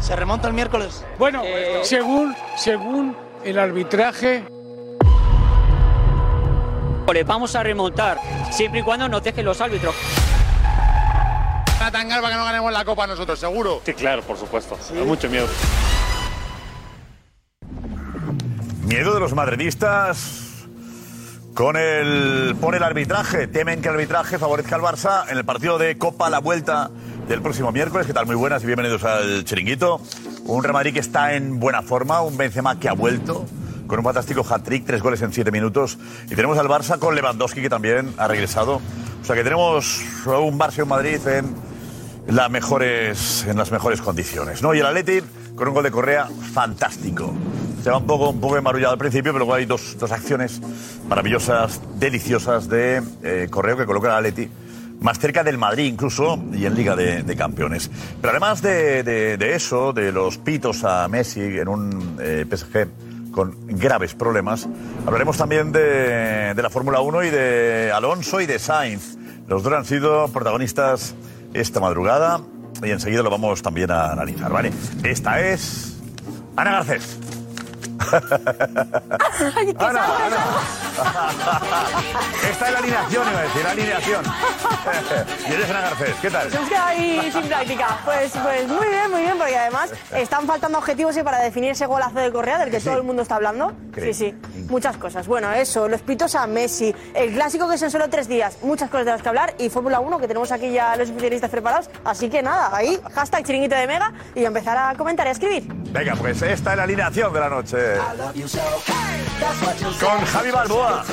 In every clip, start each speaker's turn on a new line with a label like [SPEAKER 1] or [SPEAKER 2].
[SPEAKER 1] Se remonta el miércoles. Eh,
[SPEAKER 2] Bueno, según, según el arbitraje,
[SPEAKER 3] Le vamos a remontar, siempre y cuando nos dejen los árbitros.
[SPEAKER 4] Tan Galva que no ganemos la copa nosotros, seguro. Sí, claro, por supuesto. Hay mucho miedo.
[SPEAKER 5] Miedo de los madridistas con el por el arbitraje. Temen que el arbitraje favorezca al Barça en el partido de Copa La Vuelta del próximo miércoles. ¿Qué tal? Muy buenas y bienvenidos al Chiringuito. Un Real Madrid que está en buena forma, un Benzema que ha vuelto con un fantástico hat-trick, tres goles en siete minutos. Y tenemos al Barça con Lewandowski que también ha regresado. O sea que tenemos un Barça y un Madrid en las mejores, en las mejores condiciones. ¿no? Y el Atleti, con un gol de Correa, fantástico. Se va un poco, un poco emarullado al principio, pero luego hay dos, dos acciones maravillosas, deliciosas de eh, Correo que coloca al Atleti. Más cerca del Madrid incluso y en Liga de, de Campeones. Pero además de, de- de eso, de los pitos a Messi en un eh, PSG con graves problemas, hablaremos también de, de la Fórmula 1 y de Alonso y de Sainz. Los dos han sido protagonistas esta madrugada y enseguida lo vamos también a analizar, ¿vale? Esta es Ana Garcés. Ana, Esta es la alineación, iba a decir, la alineación. y eres Ana Garcés, ¿qué tal?
[SPEAKER 6] Nos hemos quedado Pues ahí sin práctica. Pues, pues muy bien, muy bien, porque además están faltando objetivos y para definir ese golazo de Correa del que todo el mundo está hablando.
[SPEAKER 5] Increíble.
[SPEAKER 6] Sí, sí. Muchas cosas. Bueno, eso, los pitos a Messi, el clásico que es en solo tres días, muchas cosas de las que hablar y Fórmula 1 que tenemos aquí ya los especialistas preparados. Así que nada, ahí, hashtag chiringuito de Mega y empezar a comentar y a escribir.
[SPEAKER 5] Venga, pues esta es la alineación de la noche. Con Javi Balboa,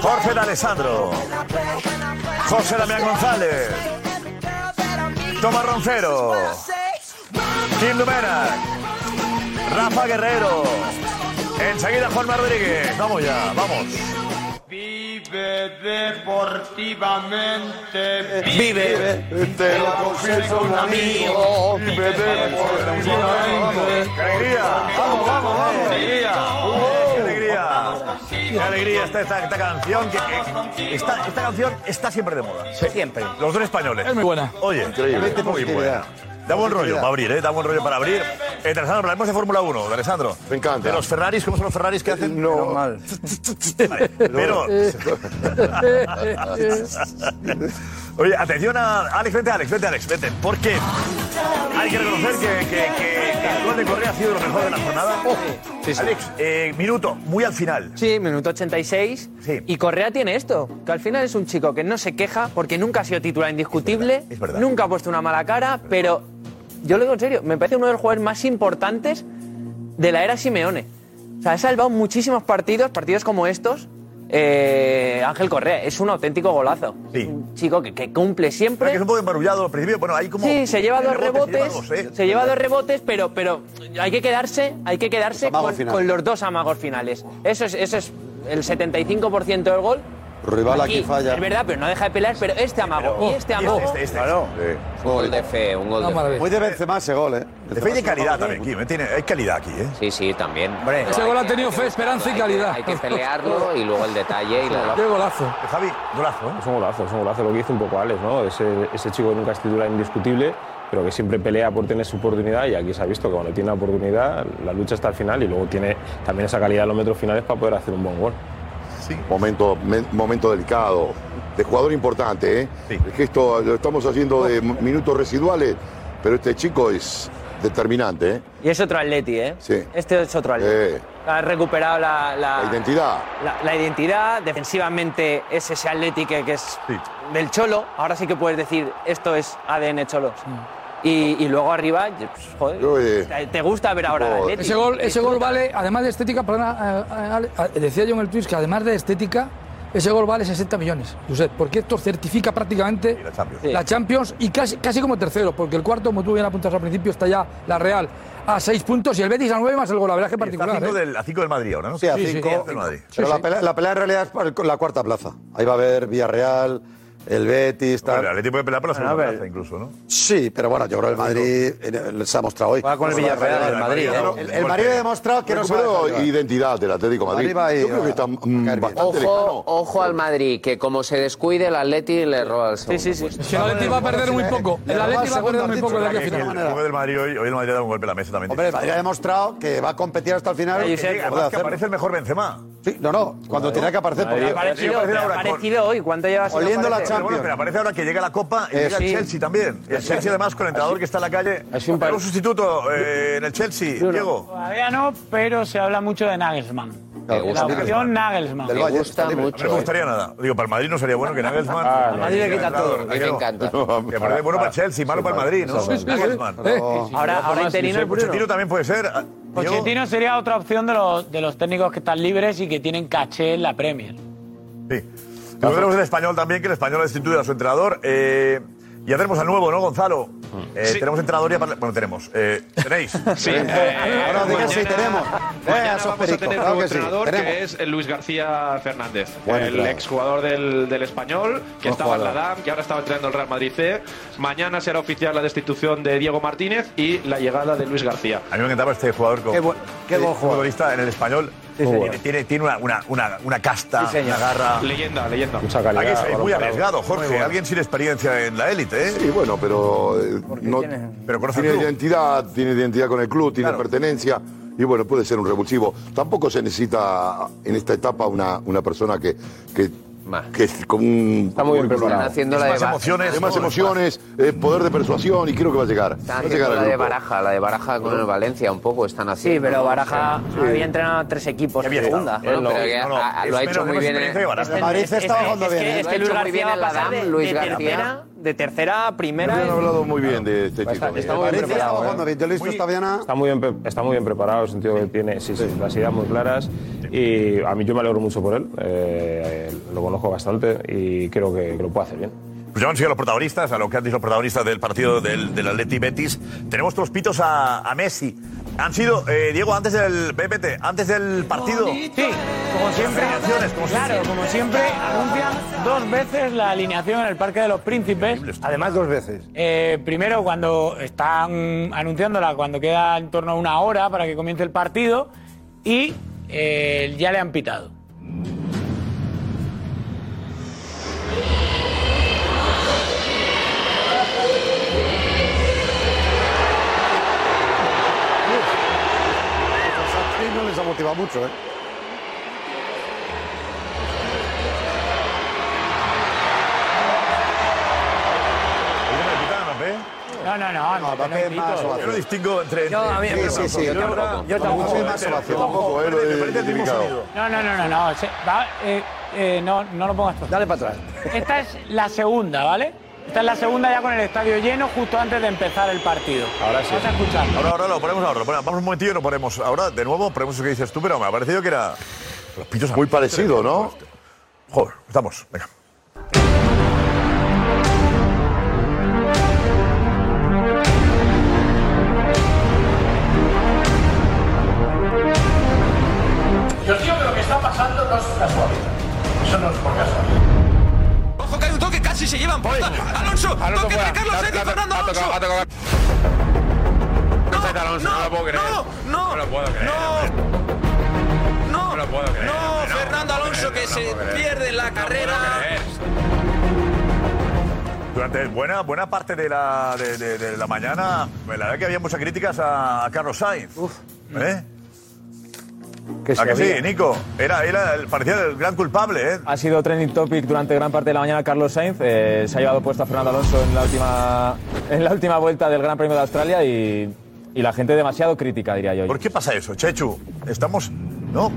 [SPEAKER 5] Jorge D'Alessandro, José Damián González, Tomás Roncero, Kim Dumena, Rafa Guerrero, enseguida Juanma Rodríguez. Vamos ya, vamos.
[SPEAKER 7] Vive deportivamente.
[SPEAKER 5] vive.
[SPEAKER 7] Te lo confieso un amigo. Vive deportivamente.
[SPEAKER 5] alegría! ¡Vamos, vamos, vamos! ¡Alegría! ¡Qué alegría! ¡Qué alegría este esta, esta, esta canción! Que, que- esta, esta canción está siempre de moda. Siempre. Los dos españoles.
[SPEAKER 8] Es muy buena.
[SPEAKER 5] Oye,
[SPEAKER 8] Increíble.
[SPEAKER 5] muy buena. Da buen rollo para abrir, ¿eh? Da buen rollo para abrir. Eh, Alessandro, hablamos de Fórmula 1, de Alessandro. Me encanta. De los Ferraris, ¿cómo son los Ferraris que hacen? No, mal. Pero... Oye, atención a Alex, vete Alex, vete Alex, vete. Porque hay que reconocer que, que, que- que el gol de Correa ha sido lo mejor de la jornada. Alex, eh, minuto, muy al final.
[SPEAKER 9] Sí, minuto 86. Y Correa tiene esto, que al final es un chico que no se queja porque nunca ha sido titular indiscutible, nunca ha puesto una mala cara, pero yo lo digo en serio, me parece uno de los jugadores más importantes de la era Simeone. O sea, ha salvado muchísimos partidos, partidos como estos. Eh, Ángel Correa es un auténtico golazo. Un chico que, que cumple siempre.
[SPEAKER 5] Es un poco embarullado al principio, bueno, ahí como...
[SPEAKER 9] Sí, se lleva dos
[SPEAKER 5] rebote,
[SPEAKER 9] rebotes,
[SPEAKER 5] se lleva dos, ¿eh?
[SPEAKER 9] se lleva dos rebotes, pero, pero hay que quedarse, hay que quedarse
[SPEAKER 10] Amago
[SPEAKER 9] con,
[SPEAKER 10] final.
[SPEAKER 9] con los dos amagos finales. Eso es, eso es el 75% del gol.
[SPEAKER 10] Rival aquí falla.
[SPEAKER 9] Es verdad, pero no deja de pelear, pero este amago y este amago.
[SPEAKER 5] Claro.
[SPEAKER 10] Un gol de fe, un gol
[SPEAKER 9] No,
[SPEAKER 10] de fe.
[SPEAKER 9] maravilla.
[SPEAKER 10] Muy de Benzema ese gol, ¿eh?
[SPEAKER 5] De fe y de calidad también, Kim. ¿eh? Tiene, hay calidad aquí, ¿eh?
[SPEAKER 10] Sí, sí, también.
[SPEAKER 8] Ese gol ha tenido fe, esperanza y calidad.
[SPEAKER 10] Hay que pelearlo y luego el detalle y la...
[SPEAKER 8] Qué golazo.
[SPEAKER 5] Javi, golazo, ¿eh?
[SPEAKER 11] Es un golazo, es un golazo lo que dice un poco Alex, ¿no? Ese, ese chico que nunca es titular indiscutible, pero que siempre pelea por tener su oportunidad y aquí se ha visto que cuando tiene la oportunidad, la lucha está al final y luego tiene también esa calidad en los metros finales para poder hacer un buen gol.
[SPEAKER 12] Momento, me- momento delicado. De jugador importante, ¿eh? Es que esto lo estamos haciendo de m- minutos residuales, pero este chico es determinante, ¿eh?
[SPEAKER 9] Y es otro atleti, ¿eh?
[SPEAKER 12] Sí.
[SPEAKER 9] Este es otro atleti. Ha recuperado la, la-
[SPEAKER 12] La identidad.
[SPEAKER 9] La, la identidad, defensivamente es ese atleti que, que es del cholo. Ahora sí que puedes decir, esto es ADN cholos. Y, y luego arriba, pues, joder, te- te gusta ver ahora al Atleti.
[SPEAKER 8] Ese gol, ese gol
[SPEAKER 9] Disfruta.
[SPEAKER 8] vale, además de estética, perdona, eh, Ale, eh, decía yo en el Twitch que además de estética, ese gol vale 60 millones, Josep, porque esto certifica prácticamente la Champions, y casi, casi como tercero, porque el cuarto, como tú bien apuntas al principio, está ya la Real a 6 puntos y el Betis a 9 más el golaveraje
[SPEAKER 5] Está
[SPEAKER 8] particular.
[SPEAKER 5] a 5
[SPEAKER 8] ¿eh?
[SPEAKER 5] del, a cinco del Madrid ahora, ¿no?
[SPEAKER 8] Sí, a Sí, sí, cinco. a
[SPEAKER 5] del Madrid.
[SPEAKER 13] Pero
[SPEAKER 8] Sí,
[SPEAKER 13] la,
[SPEAKER 8] sí.
[SPEAKER 13] pelea, la pelea en realidad es por el- la cuarta plaza. Ahí va a haber Villarreal, el Betis, tal.
[SPEAKER 5] El Atleti puede pelear por la
[SPEAKER 13] Bueno,
[SPEAKER 5] segunda
[SPEAKER 13] a ver.
[SPEAKER 5] plaza incluso, ¿no?
[SPEAKER 13] Sí, pero bueno, yo creo que el Madrid eh, se ha mostrado hoy.
[SPEAKER 5] con el Villarreal, el Madrid, ¿eh?
[SPEAKER 13] El, el Madrid ha demostrado que no sabe
[SPEAKER 12] Recuperó
[SPEAKER 13] jugar.
[SPEAKER 12] identidad del Atlético de Madrid.
[SPEAKER 13] Madrid va ahí,
[SPEAKER 12] Yo creo
[SPEAKER 13] va.
[SPEAKER 12] que está mm, bastante lejano.
[SPEAKER 10] Ojo, ojo al Madrid, que como se descuide, el Atleti le roba el segundo. Sí, sí, sí.
[SPEAKER 8] Que el Atleti va a perder muy poco. El Atleti va a perder muy poco de aquí a
[SPEAKER 5] El
[SPEAKER 8] final.
[SPEAKER 5] juego del Madrid hoy, hoy el Madrid ha dado un golpe en la mesa también.
[SPEAKER 13] Hombre, el Madrid ha demostrado que va a competir hasta el final.
[SPEAKER 5] Oye,
[SPEAKER 13] y
[SPEAKER 5] sí, además que aparece el mejor Benzema.
[SPEAKER 13] Sí, no, no, cuando tenía que aparecer.
[SPEAKER 5] Madrid.
[SPEAKER 13] porque-
[SPEAKER 5] Ha aparecido,
[SPEAKER 13] Aparece
[SPEAKER 5] ha
[SPEAKER 13] ahora con-
[SPEAKER 9] Parecido hoy, ¿cuánto llevas?
[SPEAKER 13] Oliendo la
[SPEAKER 5] Pero bueno,
[SPEAKER 13] Champions.
[SPEAKER 5] pero aparece ahora que llega la Copa y
[SPEAKER 13] Eh,
[SPEAKER 5] llega el
[SPEAKER 13] sí.
[SPEAKER 5] Chelsea también. El Chelsea además con el entrenador que está en la calle.
[SPEAKER 14] Ha sido un par-
[SPEAKER 5] Pero un sustituto eh, en el Chelsea, Diego.
[SPEAKER 14] Todavía no, pero se habla mucho de Nagelsmann.
[SPEAKER 5] Me gusta.
[SPEAKER 14] la opción Nagelsmann.
[SPEAKER 5] No me gustaría nada. Digo, para el Madrid no sería bueno que Nagelsmann.
[SPEAKER 14] Ah,
[SPEAKER 5] Al
[SPEAKER 14] no. Madrid le quita todo.
[SPEAKER 5] ¿a
[SPEAKER 14] A mí
[SPEAKER 5] que
[SPEAKER 14] me
[SPEAKER 5] no?
[SPEAKER 14] encanta.
[SPEAKER 5] Que parece bueno para el Chelsea, malo para el Madrid, ¿no?
[SPEAKER 14] Sí, sí, sí.
[SPEAKER 5] Nagelsmann.
[SPEAKER 14] Eh, ahora- ahora interino el Bruno.
[SPEAKER 5] Pochettino también puede ser. Ah, Diego,
[SPEAKER 14] Pochettino sería otra opción de los, de los técnicos que están libres y que tienen caché en la Premier.
[SPEAKER 5] Luego tenemos el español también, que el español ha destituido a su entrenador. Eh, ya tenemos al nuevo, ¿no, Gonzalo? Eh,
[SPEAKER 4] Mm. Sí.
[SPEAKER 5] Tenemos entrenador ya para... Bueno, tenemos. Eh, ¿Tenéis?
[SPEAKER 4] Sí, eh,
[SPEAKER 13] Bueno, di que sí,
[SPEAKER 4] mañana-
[SPEAKER 13] tenemos.
[SPEAKER 4] Mañana
[SPEAKER 13] Eh, esos
[SPEAKER 4] vamos a
[SPEAKER 13] pericos,
[SPEAKER 4] tener
[SPEAKER 13] claro
[SPEAKER 4] nuevo
[SPEAKER 13] que sí,
[SPEAKER 4] entrenador
[SPEAKER 13] tenemos.
[SPEAKER 4] que es el Luis García Fernández,
[SPEAKER 13] Buen
[SPEAKER 4] el
[SPEAKER 13] entrenador.
[SPEAKER 4] exjugador del, del español, que
[SPEAKER 13] Buen
[SPEAKER 4] estaba en la
[SPEAKER 13] jugador.
[SPEAKER 4] DAM, que ahora estaba entrenando el Real Madrid C. Mañana será oficial la destitución de Diego Martínez y la llegada de Luis García.
[SPEAKER 5] A mí me encantaba este jugador. Con,
[SPEAKER 4] Qué buen- qué buen
[SPEAKER 5] eh,
[SPEAKER 4] jugador.
[SPEAKER 5] futbolista en el español.
[SPEAKER 4] señor.
[SPEAKER 5] Tiene- tiene, tiene una, una, una, una casta,
[SPEAKER 4] Sí, señor.
[SPEAKER 5] una garra.
[SPEAKER 4] Leyenda, leyenda.
[SPEAKER 5] Mucha
[SPEAKER 4] calidad,
[SPEAKER 5] Es
[SPEAKER 4] balón
[SPEAKER 5] muy
[SPEAKER 4] parado.
[SPEAKER 5] arriesgado,
[SPEAKER 4] Muy
[SPEAKER 5] Jorge.
[SPEAKER 4] bueno.
[SPEAKER 5] Alguien sin experiencia en la élite, ¿eh?
[SPEAKER 12] Sí, bueno, pero eh, no-
[SPEAKER 5] Pero conoce
[SPEAKER 12] tiene
[SPEAKER 5] el club.
[SPEAKER 12] identidad, tiene identidad con el club, tiene
[SPEAKER 5] Claro.
[SPEAKER 12] pertenencia y bueno, puede ser un revulsivo. Tampoco se necesita en esta etapa una, una persona que, que, que es con un está
[SPEAKER 10] muy bien preparado. haciendo la de
[SPEAKER 12] más
[SPEAKER 10] ba-
[SPEAKER 12] emociones,
[SPEAKER 10] Es
[SPEAKER 12] más
[SPEAKER 10] más-
[SPEAKER 12] emociones, eh, poder de persuasión y creo que va a llegar. Va a
[SPEAKER 10] Están
[SPEAKER 12] llegar
[SPEAKER 10] haciendo
[SPEAKER 12] al
[SPEAKER 10] la de
[SPEAKER 12] grupo.
[SPEAKER 10] Baraja, la de Baraja con el Valencia un poco están
[SPEAKER 9] Sí,
[SPEAKER 10] haciendo.
[SPEAKER 9] pero Baraja
[SPEAKER 10] Sí.
[SPEAKER 9] había entrenado a tres equipos.
[SPEAKER 10] había
[SPEAKER 9] en
[SPEAKER 10] estado.
[SPEAKER 9] segunda.
[SPEAKER 10] Bueno, pero que ha- lo ha hecho muy bien. en-
[SPEAKER 9] Este- este- este- es que- Es
[SPEAKER 10] Lo
[SPEAKER 9] que
[SPEAKER 10] ha
[SPEAKER 9] Luis
[SPEAKER 10] hecho muy
[SPEAKER 9] García
[SPEAKER 10] bien
[SPEAKER 9] va
[SPEAKER 10] en
[SPEAKER 9] a
[SPEAKER 10] la
[SPEAKER 9] pasar de,
[SPEAKER 10] DAM, Luis
[SPEAKER 9] de tercera,
[SPEAKER 10] García.
[SPEAKER 9] de tercera a primera.
[SPEAKER 12] Han hablado muy bien de este chico.
[SPEAKER 11] está muy bien preparado, ¿eh? Está muy bien, pre- está muy bien preparado, en el sentido que tiene sí, sí, las ideas muy claras. Y a mí yo me alegro mucho por él. eh, lo conozco bastante y creo que, que lo puede hacer bien.
[SPEAKER 5] Pues ya han sido los protagonistas, a lo que han dicho los protagonistas del partido del, del Atleti Betis. Tenemos los pitos a, a Messi. Han sido, eh, Diego, antes del BPT, antes del partido.
[SPEAKER 14] Sí, como siempre. Claro, como siempre, anuncian dos veces la alineación en el Parque de los Príncipes.
[SPEAKER 15] Además, dos veces.
[SPEAKER 14] Eh, primero, cuando están anunciándola, cuando queda en torno a una hora para que comience el partido, y eh, ya le han pitado.
[SPEAKER 13] Sí, pues no les ha motivado mucho, ¿eh?
[SPEAKER 14] Ah, No, no, no, no, no hay pito.
[SPEAKER 5] Yo no distingo entre.
[SPEAKER 14] Yo, a mí-
[SPEAKER 5] entre-
[SPEAKER 14] sí, sí, sí, yo
[SPEAKER 5] ahora-
[SPEAKER 14] tampoco. Yo tampoco.
[SPEAKER 5] Mucho
[SPEAKER 14] Yo
[SPEAKER 5] más
[SPEAKER 14] tampoco.
[SPEAKER 5] ovación.
[SPEAKER 12] eh,
[SPEAKER 14] Yo
[SPEAKER 5] Me parece el mismo sonido.
[SPEAKER 14] No, no, no, no, no. se- va, eh, eh, no, no lo pongas tú. Dale para atrás. Esta es la segunda, ¿vale? Esta es la segunda ya con el estadio lleno justo antes de empezar el partido. Ahora sí. Vamos a escuchar.
[SPEAKER 5] Ahora, ahora lo ponemos ahora. lo ponemos. Vamos un momentillo y lo ponemos. Ahora, de nuevo, ponemos eso que dices tú, pero me ha parecido que era. Los pitos a
[SPEAKER 12] Muy
[SPEAKER 5] Messi.
[SPEAKER 12] parecido, ¿no?
[SPEAKER 5] Joder, estamos. Venga.
[SPEAKER 7] Yo digo que lo que está pasando no es casualidad. Eso no es por casualidad. Ojo que hay un toque, casi se llevan puesta. Alonso, toque de Carlos Sainz y Fernando Alonso. No, Este Alonso, no, no lo puedo creer. No, no, no lo puedo creer. No. No, no, Fernando Alonso que se pierde la carrera.
[SPEAKER 5] Durante buena, buena parte de la, de, de- de la mañana, pues, la verdad que había muchas críticas a, a Carlos Sainz. ¿Eh?
[SPEAKER 16] Que sí
[SPEAKER 5] ¿A que
[SPEAKER 16] había.
[SPEAKER 5] sí, Nico? Era, era el- parecía el gran culpable, ¿eh?
[SPEAKER 16] Ha sido trending topic durante gran parte de la mañana Carlos Sainz. eh, se ha llevado puesto a Fernando Alonso en la última, en la última vuelta del Gran Premio de Australia y Y la gente demasiado crítica, diría yo.
[SPEAKER 5] ¿Por qué pasa eso, Chechu? ¿eh? Estamos. No.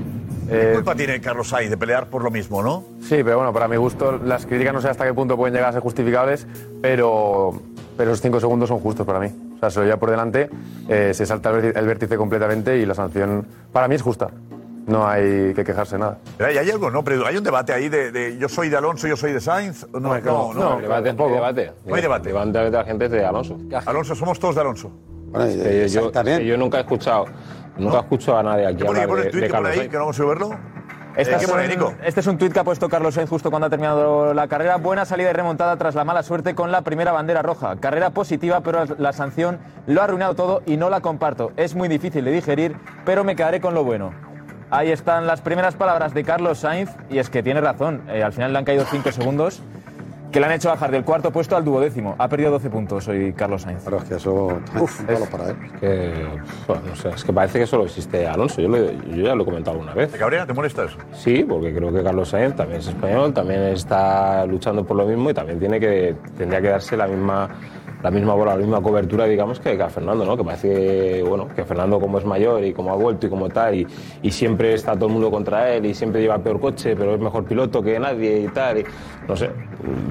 [SPEAKER 16] Eh,
[SPEAKER 5] ¿Qué culpa tiene Carlos Sainz de pelear por lo mismo, no?
[SPEAKER 15] Sí, pero bueno, para mi gusto, las críticas no sé hasta qué punto pueden llegar a ser justificables, pero, pero esos cinco segundos son justos para mí. O sea, se lo lleva por delante, eh, se salta el vérti- el vértice completamente y la sanción para mí es justa. No hay que quejarse de nada.
[SPEAKER 5] Pero hay, hay algo, ¿no? Pero hay un debate ahí de, de yo soy de Alonso, yo soy de Sainz. No, no, no.
[SPEAKER 11] no, debate, tampoco. debate.
[SPEAKER 5] No hay debate.
[SPEAKER 11] Levanta la gente de Alonso.
[SPEAKER 5] Alonso, somos todos de Alonso.
[SPEAKER 11] Es que yo, es que yo nunca he escuchado, nunca he escuchado a nadie aquí
[SPEAKER 5] Pone,
[SPEAKER 11] hablar
[SPEAKER 5] pone
[SPEAKER 11] de,
[SPEAKER 5] el tuit
[SPEAKER 11] de
[SPEAKER 5] que pone
[SPEAKER 11] Carlos
[SPEAKER 5] ahí,
[SPEAKER 11] Sainz.
[SPEAKER 5] que no vamos a verlo.
[SPEAKER 16] Este,
[SPEAKER 5] Eh, ¿qué
[SPEAKER 16] es
[SPEAKER 5] pone, Nico?
[SPEAKER 16] un, este es un tuit que ha puesto Carlos Sainz justo cuando ha terminado la carrera. Buena salida y remontada tras la mala suerte con la primera bandera roja. Carrera positiva, pero la sanción lo ha arruinado todo y no la comparto. Es muy difícil de digerir, pero me quedaré con lo bueno. Ahí están las primeras palabras de Carlos Sainz y es que tiene razón. Eh, al final le han caído 5 segundos que le han hecho bajar del cuarto puesto al duodécimo. Ha perdido 12 puntos hoy Carlos Sainz.
[SPEAKER 13] Claro, es que eso para él.
[SPEAKER 11] Que, bueno, no sé, es que parece que solo existe Alonso. Yo, lo- yo ya lo he comentado una vez.
[SPEAKER 5] ¿Te cabrea? ¿Te molestas?
[SPEAKER 11] Sí, porque creo que Carlos Sainz también es español, también está luchando por lo mismo y también tiene que, tendría que darse la misma la misma bola, la misma cobertura, digamos, que, que a Fernando, ¿no? Que parece que, bueno, que Fernando como es mayor y como ha vuelto y como tal, y, y siempre está todo el mundo contra él y siempre lleva el peor coche, pero es mejor piloto que nadie y tal, y no sé,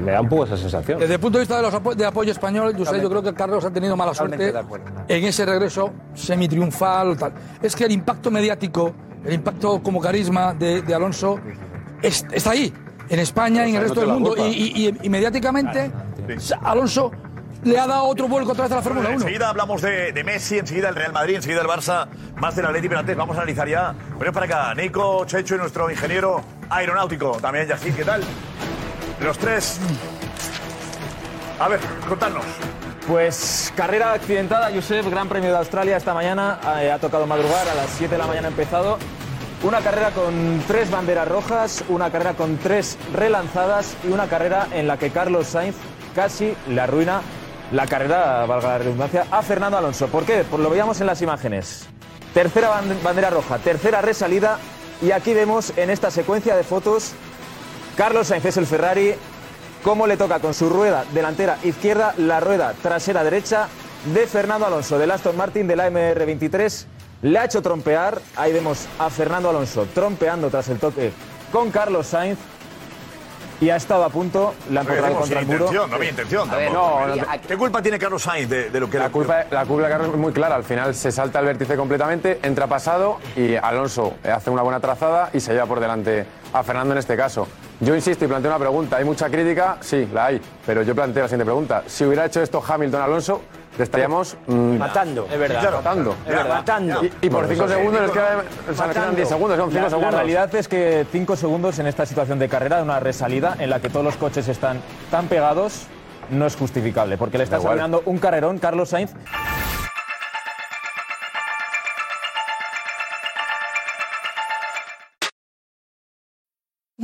[SPEAKER 11] me da un poco esa sensación.
[SPEAKER 8] Desde el punto de vista de, los apo- de apoyo español, yo, sé, yo creo que Carlos ha tenido mala
[SPEAKER 11] Totalmente
[SPEAKER 8] suerte
[SPEAKER 11] de acuerdo.
[SPEAKER 8] en ese regreso semitriunfal. Tal. Es que el impacto mediático, el impacto como carisma de, de Alonso es- está ahí, en España y en el
[SPEAKER 13] Pero
[SPEAKER 8] resto
[SPEAKER 13] no te
[SPEAKER 8] del
[SPEAKER 13] la
[SPEAKER 8] mundo. Y,
[SPEAKER 13] culpa.
[SPEAKER 8] y- y- y mediáticamente, sa- Alonso le ha dado otro vuelco otra vez a la Fórmula 1.
[SPEAKER 5] Enseguida hablamos de, de Messi, enseguida el Real Madrid, enseguida el Barça, más del Atleti, pero antes vamos a analizar ya. Pero para acá, Nico, Checho y nuestro ingeniero aeronáutico, también Yacine, ¿qué tal? Los tres. A ver, contadnos.
[SPEAKER 16] Pues carrera accidentada, Josep, Gran Premio de Australia esta mañana, eh, ha tocado madrugar, a las 7 de la mañana ha empezado. Una carrera con tres banderas rojas, una carrera con tres relanzadas y una carrera en la que Carlos Sainz casi le arruina la carrera, valga la redundancia, a Fernando Alonso. ¿Por qué? Pues lo veíamos en las imágenes. Tercera ban- bandera roja, tercera resalida y aquí vemos en esta secuencia de fotos Carlos Sainz es el Ferrari. Cómo le toca con su rueda delantera izquierda la rueda trasera derecha de Fernando Alonso del Aston Martin de la MR23. Le ha hecho trompear. Ahí vemos a Fernando Alonso trompeando tras el toque con Carlos Sainz. Y ha estado a punto. La ha
[SPEAKER 5] Lo que decimos,
[SPEAKER 16] empotrado contra el
[SPEAKER 5] sin
[SPEAKER 16] muro.
[SPEAKER 5] intención, no había intención
[SPEAKER 16] A ver,
[SPEAKER 5] tampoco.
[SPEAKER 16] no, no,
[SPEAKER 5] ¿Qué culpa tiene Carlos Sainz de, de lo que
[SPEAKER 15] La
[SPEAKER 5] le-
[SPEAKER 15] culpa, la culpa de Carlos es muy clara. Al final se salta el vértice completamente, entra pasado y Alonso hace una buena trazada y se lleva por delante a Fernando en este caso. Yo insisto y planteo una pregunta. ¿Hay mucha crítica? Sí, la hay. Pero yo planteo la siguiente pregunta. Si hubiera hecho esto Hamilton Alonso, le estaríamos mm,
[SPEAKER 16] Matando. Es verdad.
[SPEAKER 15] Claro, matando.
[SPEAKER 16] Es verdad. Matando.
[SPEAKER 15] Y, y por
[SPEAKER 16] Bueno,
[SPEAKER 15] 5
[SPEAKER 16] eso sí.
[SPEAKER 15] segundos les queda. O sea, les quedan
[SPEAKER 16] Matando.
[SPEAKER 15] 10 segundos, son 5
[SPEAKER 16] La-
[SPEAKER 15] segundos.
[SPEAKER 16] La realidad es que 5 segundos en esta situación de carrera, de una resalida en la que todos los coches están tan pegados, no es justificable, porque le
[SPEAKER 15] Da
[SPEAKER 16] estás
[SPEAKER 15] igual.
[SPEAKER 16] arruinando un carrerón, Carlos Sainz.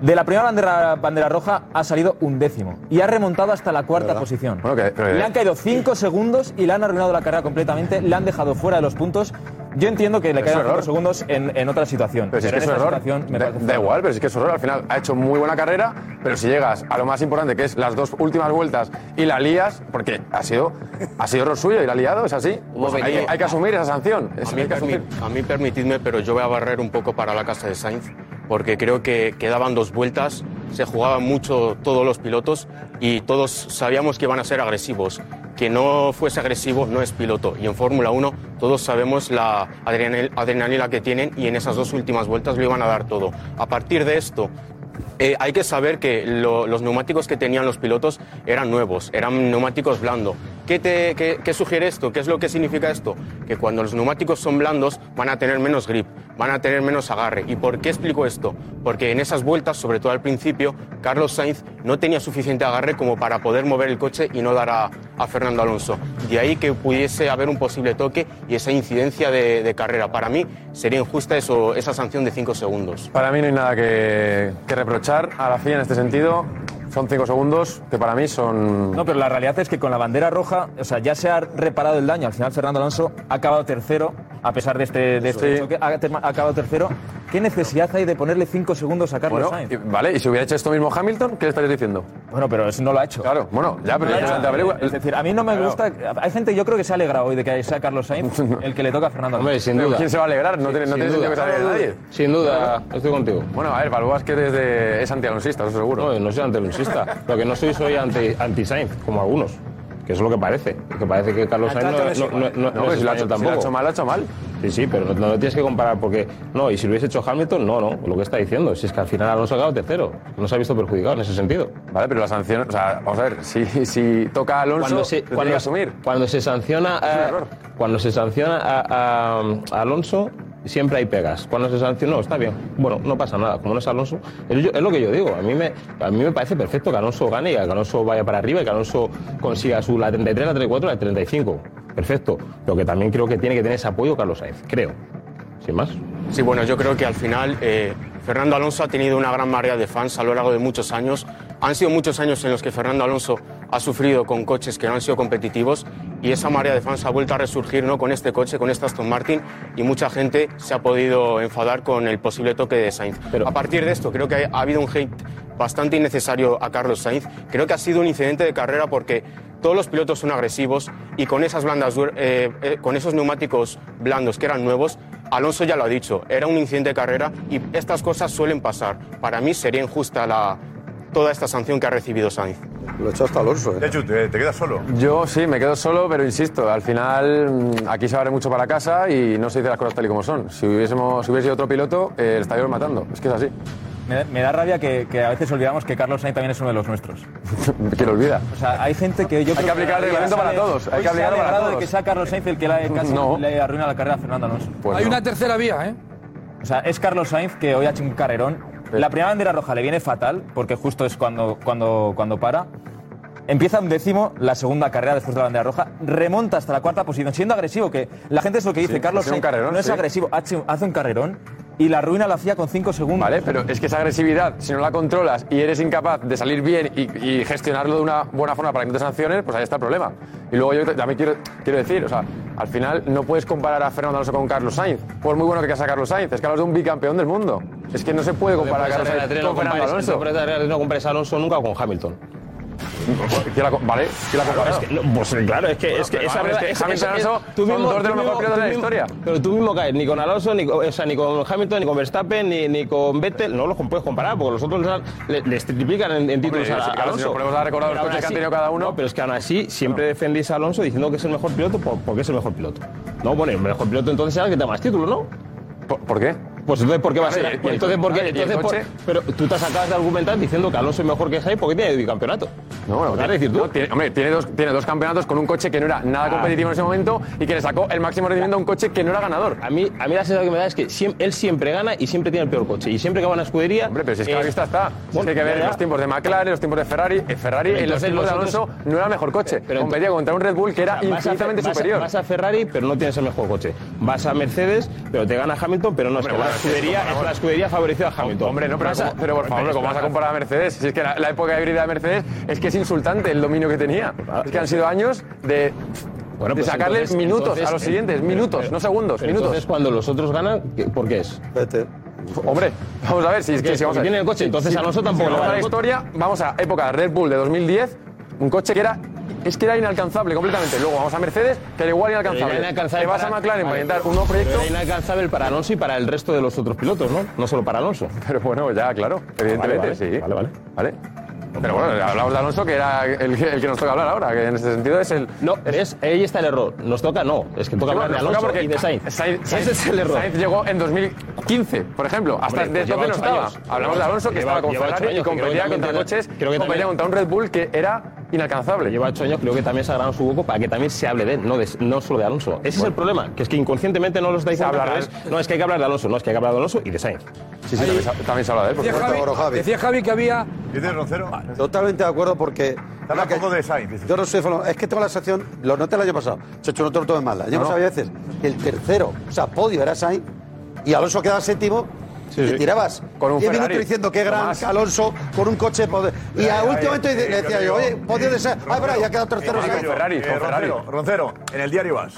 [SPEAKER 16] De la primera bandera, bandera roja ha salido un décimo y ha remontado hasta la cuarta posición.
[SPEAKER 15] eh,
[SPEAKER 16] Le han caído 5 segundos y le han arruinado la carrera completamente, le han dejado fuera de los puntos. Yo entiendo que le
[SPEAKER 15] Pero es
[SPEAKER 16] caigan
[SPEAKER 15] error.
[SPEAKER 16] 5 segundos en, en otra situación.
[SPEAKER 15] Pero si es que
[SPEAKER 16] en
[SPEAKER 15] es un
[SPEAKER 16] esta
[SPEAKER 15] error.
[SPEAKER 16] situación me
[SPEAKER 15] Da-
[SPEAKER 16] parece
[SPEAKER 15] da igual, pero si es que es un error. Al final ha hecho muy buena carrera, pero si llegas a lo más importante, que es las dos últimas vueltas, y la lías, porque ha sido, ha sido error suyo y la ha liado, es así. Pues hay, que-
[SPEAKER 17] momento.
[SPEAKER 15] hay que asumir esa sanción. Es-
[SPEAKER 17] A mí,
[SPEAKER 15] hay que asumir.
[SPEAKER 17] permi- a mí permitidme, pero yo voy a barrer un poco para la casa de Sainz, porque creo que quedaban dos vueltas, se jugaban mucho todos los pilotos y todos sabíamos que iban a ser agresivos. Que no fuese agresivo no es piloto. Y en Fórmula 1 todos sabemos la adrenal- adrenalina que tienen y en esas dos últimas vueltas lo iban a dar todo. A partir de esto, eh, hay que saber que lo- los neumáticos que tenían los pilotos eran nuevos, eran neumáticos blandos. ¿Qué, te, qué- qué sugiere esto? ¿Qué es lo que significa esto? Que cuando los neumáticos son blandos van a tener menos grip, van a tener menos agarre. ¿Y por qué explico esto? Porque en esas vueltas, sobre todo al principio, Carlos Sainz no tenía suficiente agarre como para poder mover el coche y no dar a, a Fernando Alonso. De ahí que pudiese haber un posible toque y esa incidencia de, de carrera. Para mí sería injusta eso, esa sanción de 5 segundos.
[SPEAKER 15] Para mí no hay nada que, que reprochar a la FIA en este sentido. Son cinco segundos que para mí son...
[SPEAKER 16] No, pero la realidad es que con la bandera roja, o sea, ya se ha reparado el daño. Al final Fernando Alonso ha acabado tercero, a pesar de este, de este
[SPEAKER 15] Sí.
[SPEAKER 16] choque, ha, terma- ha acabado tercero. ¿Qué necesidad hay de ponerle cinco segundos a Carlos
[SPEAKER 15] Bueno,
[SPEAKER 16] Sainz?
[SPEAKER 15] y- vale, y si hubiera hecho esto mismo Hamilton, ¿qué le estarías diciendo?
[SPEAKER 16] Bueno, pero eso no lo ha hecho.
[SPEAKER 15] Claro, bueno, ya, pero...
[SPEAKER 16] No lo ha
[SPEAKER 15] te
[SPEAKER 16] hecho.
[SPEAKER 15] averigua-
[SPEAKER 16] Es decir, a mí no me
[SPEAKER 15] Claro.
[SPEAKER 16] gusta. Hay gente, yo creo que se alegra hoy de que sea Carlos Sainz el que le toca a Fernando Alonso.
[SPEAKER 15] Hombre, sin Pero duda. ¿quién se va a alegrar? No tiene- no tiene sentido que se alegre nadie. Sin duda,
[SPEAKER 11] estoy contigo.
[SPEAKER 15] Bueno, a ver, Balboa es que desde... es antialoncista, eso seguro.
[SPEAKER 11] No, no soy antialonsista. Lo que no soy, soy anti- anti-Sainz, como algunos. Que eso es lo que parece. Que parece que Carlos
[SPEAKER 15] Ah,
[SPEAKER 11] Sainz no-
[SPEAKER 15] trato
[SPEAKER 11] no, no,
[SPEAKER 15] desigual.
[SPEAKER 11] no-
[SPEAKER 15] No,
[SPEAKER 11] no
[SPEAKER 15] pero
[SPEAKER 11] es
[SPEAKER 15] si lo ha hecho-
[SPEAKER 11] español
[SPEAKER 15] si lo ha
[SPEAKER 11] tampoco.
[SPEAKER 15] hecho mal, lo ha hecho mal.
[SPEAKER 11] Sí, sí, pero no, no lo tienes que comparar porque... No, y si lo hubiese hecho Hamilton, no, no. Lo que está diciendo, si es que al final Alonso ha quedado tercero. No se ha visto perjudicado en ese sentido.
[SPEAKER 15] Vale, pero la sanción... O sea, vamos a ver, si, si toca a Alonso,
[SPEAKER 11] cuando se,
[SPEAKER 15] lo tiene
[SPEAKER 11] cuando,
[SPEAKER 15] que asumir.
[SPEAKER 11] cuando se sanciona
[SPEAKER 15] un
[SPEAKER 11] a-
[SPEAKER 15] error.
[SPEAKER 11] cuando se sanciona a, a- a Alonso siempre hay pegas cuando se sanciona no está bien bueno no pasa nada como no es Alonso es, yo- es lo que yo digo a mí me a mí me parece perfecto que Alonso gane y que Alonso vaya para arriba y que Alonso consiga su la 33 la 34 la 35 perfecto lo que también creo que tiene que tener ese apoyo Carlos Sainz creo sin más
[SPEAKER 17] Sí, bueno, yo creo que al final eh, Fernando Alonso ha tenido una gran marea de fans a lo largo de muchos años. Han sido muchos años en los que Fernando Alonso ha sufrido con coches que no han sido competitivos y esa marea de fans ha vuelto a resurgir ¿no? con este coche, con este Aston Martin y mucha gente se ha podido enfadar con el posible toque de Sainz. Pero a partir de esto creo que ha ha habido un hate bastante innecesario a Carlos Sainz. Creo que ha sido un incidente de carrera porque todos los pilotos son agresivos y con esas blandas, dur- eh, eh, con esos neumáticos blandos que eran nuevos, Alonso ya lo ha dicho, era un incidente de carrera y estas cosas suelen pasar. Para mí sería injusta la, toda esta sanción que ha recibido Sainz.
[SPEAKER 15] Lo echó hasta ¿eh? Alonso.
[SPEAKER 5] De hecho, te, te quedas solo.
[SPEAKER 15] Yo sí, me quedo solo, pero insisto, al final mm, aquí se abre mucho para casa y no se dicen las cosas tal y como son. Si, hubiésemos, si hubiese sido otro piloto, eh, el estaría matando. Es que es así.
[SPEAKER 16] Me, da- me da rabia que, que a veces olvidamos que Carlos Sainz también es uno de los nuestros.
[SPEAKER 15] que lo olvida.
[SPEAKER 16] O sea, hay gente que yo
[SPEAKER 15] Hay que aplicar el reglamento para todos, hay que aplicarlo para
[SPEAKER 16] de
[SPEAKER 15] todos.
[SPEAKER 16] que sea Carlos Sainz el que le, casi
[SPEAKER 15] No. Pues
[SPEAKER 16] le arruina la carrera a Fernando Alonso.
[SPEAKER 8] Hay una tercera vía, ¿eh?
[SPEAKER 16] O sea, es Carlos Sainz que hoy ha hecho un carrerón.
[SPEAKER 15] Eh.
[SPEAKER 16] La primera bandera roja le viene fatal, porque justo es cuando, cuando, cuando para. Empieza un décimo la segunda carrera después de la bandera roja, remonta hasta la cuarta posición, siendo agresivo, que la gente es lo que dice,
[SPEAKER 15] Sí,
[SPEAKER 16] Carlos
[SPEAKER 15] ha sido un
[SPEAKER 16] Sainz
[SPEAKER 15] carrerón,
[SPEAKER 16] no es
[SPEAKER 15] sí.
[SPEAKER 16] agresivo, hace hace un carrerón y la arruina la FIA con cinco segundos.
[SPEAKER 15] Vale, pero es que esa agresividad, si no la controlas y eres incapaz de salir bien y, y gestionarlo de una buena forma para que no te sanciones, pues ahí está el problema. Y luego yo también quiero, quiero decir, o sea, al final no puedes comparar a Fernando Alonso con Carlos Sainz, por muy bueno que sea Carlos Sainz, es Carlos es un bicampeón del mundo. Es que no se puede comparar a
[SPEAKER 11] Para
[SPEAKER 15] Carlos Sainz
[SPEAKER 11] no
[SPEAKER 15] con Fernando
[SPEAKER 11] compares-
[SPEAKER 15] Alonso.
[SPEAKER 11] interpreta la realidad, no compares a Alonso nunca con Hamilton
[SPEAKER 15] ¿Quién la co- ¿Vale? ¿Quién la compara?
[SPEAKER 11] Es que, no, pues claro, es que,
[SPEAKER 15] Bueno,
[SPEAKER 11] es que
[SPEAKER 15] pero
[SPEAKER 11] esa
[SPEAKER 15] vamos,
[SPEAKER 11] verdad.
[SPEAKER 15] es que
[SPEAKER 11] esa-
[SPEAKER 15] Hamilton
[SPEAKER 11] esa-
[SPEAKER 15] Alonso
[SPEAKER 11] tú
[SPEAKER 15] son
[SPEAKER 11] mismo-
[SPEAKER 15] dos de los mejores
[SPEAKER 11] tú mismo-
[SPEAKER 15] pilotos de la
[SPEAKER 11] tú mismo-
[SPEAKER 15] historia.
[SPEAKER 11] Pero tú mismo caes, ni con Alonso, ni, con- o sea, ni con Hamilton, ni con Verstappen, ni, ni con Vettel. No los puedes comparar, porque los otros les han- le- les triplican en, en títulos
[SPEAKER 15] Hombre,
[SPEAKER 11] a,
[SPEAKER 15] si-
[SPEAKER 11] a
[SPEAKER 15] claro,
[SPEAKER 11] Alonso.
[SPEAKER 15] si nos ponemos a recordar los
[SPEAKER 11] Pero aún
[SPEAKER 15] coches que han
[SPEAKER 11] así-
[SPEAKER 15] tenido cada uno.
[SPEAKER 11] no, pero es que aún así siempre defendéis a Alonso diciendo que es el mejor piloto por- porque es el mejor piloto. No, bueno, el mejor piloto entonces será el que te da más títulos, ¿no?
[SPEAKER 15] ¿Por, qué?
[SPEAKER 11] Pues entonces, ¿por qué va a
[SPEAKER 15] A ver,
[SPEAKER 11] ser?
[SPEAKER 15] y- y el
[SPEAKER 11] entonces, ¿por
[SPEAKER 15] coche-
[SPEAKER 11] qué?
[SPEAKER 15] y el
[SPEAKER 11] Entonces, por-
[SPEAKER 15] coche.
[SPEAKER 11] pero tú te acabas de argumentar diciendo que Alonso es mejor que Sainz porque tiene bicampeonato.
[SPEAKER 15] No, bueno,
[SPEAKER 11] Vas a
[SPEAKER 15] tiene, no, tiene- hombre, tiene dos, tiene dos campeonatos con un coche que no era nada
[SPEAKER 11] Ah.
[SPEAKER 15] competitivo en ese momento y que le sacó el máximo rendimiento a un coche que no era ganador.
[SPEAKER 11] A mí, a mí la sensación que me da es que siem- él siempre gana y siempre tiene el peor coche. Y siempre que va a una escudería.
[SPEAKER 15] Hombre, pero si es que
[SPEAKER 11] eh,
[SPEAKER 15] la vista está. Si es
[SPEAKER 11] bueno,
[SPEAKER 15] que hay que ver
[SPEAKER 11] ya, ya.
[SPEAKER 15] los tiempos de McLaren, los tiempos de Ferrari. Eh, Ferrari en los
[SPEAKER 11] Entonces,
[SPEAKER 15] tiempos de
[SPEAKER 11] los
[SPEAKER 15] Alonso
[SPEAKER 11] otros-
[SPEAKER 15] no era el mejor coche.
[SPEAKER 11] Pero ent-
[SPEAKER 15] Competía contra un Red Bull que era
[SPEAKER 11] O sea, vas a-
[SPEAKER 15] infinitamente
[SPEAKER 11] vas a-
[SPEAKER 15] superior.
[SPEAKER 11] Vas a Ferrari, pero no tienes el mejor coche. Vas a Mercedes, pero te gana Hamilton, pero no es
[SPEAKER 15] Hombre,
[SPEAKER 11] que
[SPEAKER 15] bueno,
[SPEAKER 11] la
[SPEAKER 15] es que
[SPEAKER 11] escudería,
[SPEAKER 15] por
[SPEAKER 11] es la
[SPEAKER 15] favor.
[SPEAKER 11] escudería favorecida a Hamilton.
[SPEAKER 15] Hombre, no, pero,
[SPEAKER 11] Vas a-
[SPEAKER 15] como- pero por favor, ¿cómo vas a comparar a Mercedes? Si es que la, la época híbrida de Mercedes es que es insultante el dominio que tenía. Es que han sido años de,
[SPEAKER 11] Bueno,
[SPEAKER 15] de
[SPEAKER 11] pues
[SPEAKER 15] sacarle
[SPEAKER 11] entonces-
[SPEAKER 15] minutos a
[SPEAKER 11] entonces-
[SPEAKER 15] los siguientes, minutos,
[SPEAKER 11] pero-
[SPEAKER 15] no segundos,
[SPEAKER 11] pero
[SPEAKER 15] minutos.
[SPEAKER 11] Entonces, cuando los otros ganan, ¿qué- ¿por qué es?
[SPEAKER 15] Hombre, vamos a ver si es
[SPEAKER 11] Porque-
[SPEAKER 15] que si vamos a
[SPEAKER 11] porque tiene el coche, entonces
[SPEAKER 15] si-
[SPEAKER 11] Alonso
[SPEAKER 15] si
[SPEAKER 11] tampoco le
[SPEAKER 15] vamos a
[SPEAKER 11] va a
[SPEAKER 15] la
[SPEAKER 11] dar el coche.
[SPEAKER 15] historia, vamos a época de Red Bull de 2010, un coche que era es que era inalcanzable completamente. Luego vamos a Mercedes, que era igual inalcanzable.
[SPEAKER 11] Pero era inalcanzable
[SPEAKER 15] Te vas
[SPEAKER 11] para-
[SPEAKER 15] a McLaren para
[SPEAKER 11] vale.
[SPEAKER 15] intentar un nuevo proyecto.
[SPEAKER 11] Pero Era inalcanzable para Alonso y para el resto de los otros pilotos, ¿no? No solo para Alonso. Ah,
[SPEAKER 15] Pero bueno, ya, claro, evidentemente, sí.
[SPEAKER 11] Vale, vale.
[SPEAKER 15] Vale. Pero bueno, hablamos de Alonso, que era el, que- el que nos toca hablar ahora, que en este sentido es el. No, es, ahí está el error. Nos toca, no. Es que
[SPEAKER 18] toca hablar de Alonso
[SPEAKER 15] porque
[SPEAKER 18] y de Sainz. Ese es el error.
[SPEAKER 15] Sainz llegó en 2015, por ejemplo. Hasta
[SPEAKER 18] Hombre, pues
[SPEAKER 15] desde entonces
[SPEAKER 18] lleva
[SPEAKER 15] no
[SPEAKER 18] ocho
[SPEAKER 15] estaba.
[SPEAKER 18] años.
[SPEAKER 15] Hablamos de Alonso, que
[SPEAKER 18] Lleva-
[SPEAKER 15] estaba con
[SPEAKER 18] lleva ocho
[SPEAKER 15] Ferrari
[SPEAKER 18] años,
[SPEAKER 15] y
[SPEAKER 18] que creo que
[SPEAKER 15] competía
[SPEAKER 18] también
[SPEAKER 15] contra
[SPEAKER 18] tiene-
[SPEAKER 15] coches,
[SPEAKER 18] creo que
[SPEAKER 15] competía
[SPEAKER 18] también-
[SPEAKER 15] contra un Red Bull que era inalcanzable.
[SPEAKER 18] Lleva ocho años, creo que también se ha ganado su hueco para que también se hable de él, no, de- no solo de Alonso. Ese es el problema, que es que inconscientemente no los dais a hablar. No, es que hay que hablar de Alonso, no, es que hay que hablar de Alonso y de Sainz.
[SPEAKER 15] Sí, sí, también, se- también se habla de él. por
[SPEAKER 8] Decía
[SPEAKER 15] supuesto.
[SPEAKER 8] Javi, decía Javi que había.
[SPEAKER 13] Totalmente de acuerdo porque. que- Yo no soy falo- Es que tengo la sensación, lo noté el año pasado, Chechu, no te lo tomes mal. El año
[SPEAKER 18] No, no.
[SPEAKER 13] pasado había veces que el tercero, o sea, podio era Sainz y Alonso quedaba séptimo. te tirabas
[SPEAKER 18] Con un
[SPEAKER 13] 10
[SPEAKER 18] Ferrari.
[SPEAKER 13] minutos diciendo qué gran
[SPEAKER 18] Tomás.
[SPEAKER 13] Alonso con un coche poder. Y a
[SPEAKER 5] Ya, ya, ya,
[SPEAKER 13] último momento
[SPEAKER 5] sí,
[SPEAKER 13] le
[SPEAKER 5] yo
[SPEAKER 13] decía
[SPEAKER 5] te
[SPEAKER 13] yo,
[SPEAKER 5] digo.
[SPEAKER 13] oye, podio de Sainz. Ah, pero ya ha quedado tercero.
[SPEAKER 5] Eh,
[SPEAKER 13] Sainz.
[SPEAKER 5] eh, Roncero, Roncero, en el diario As.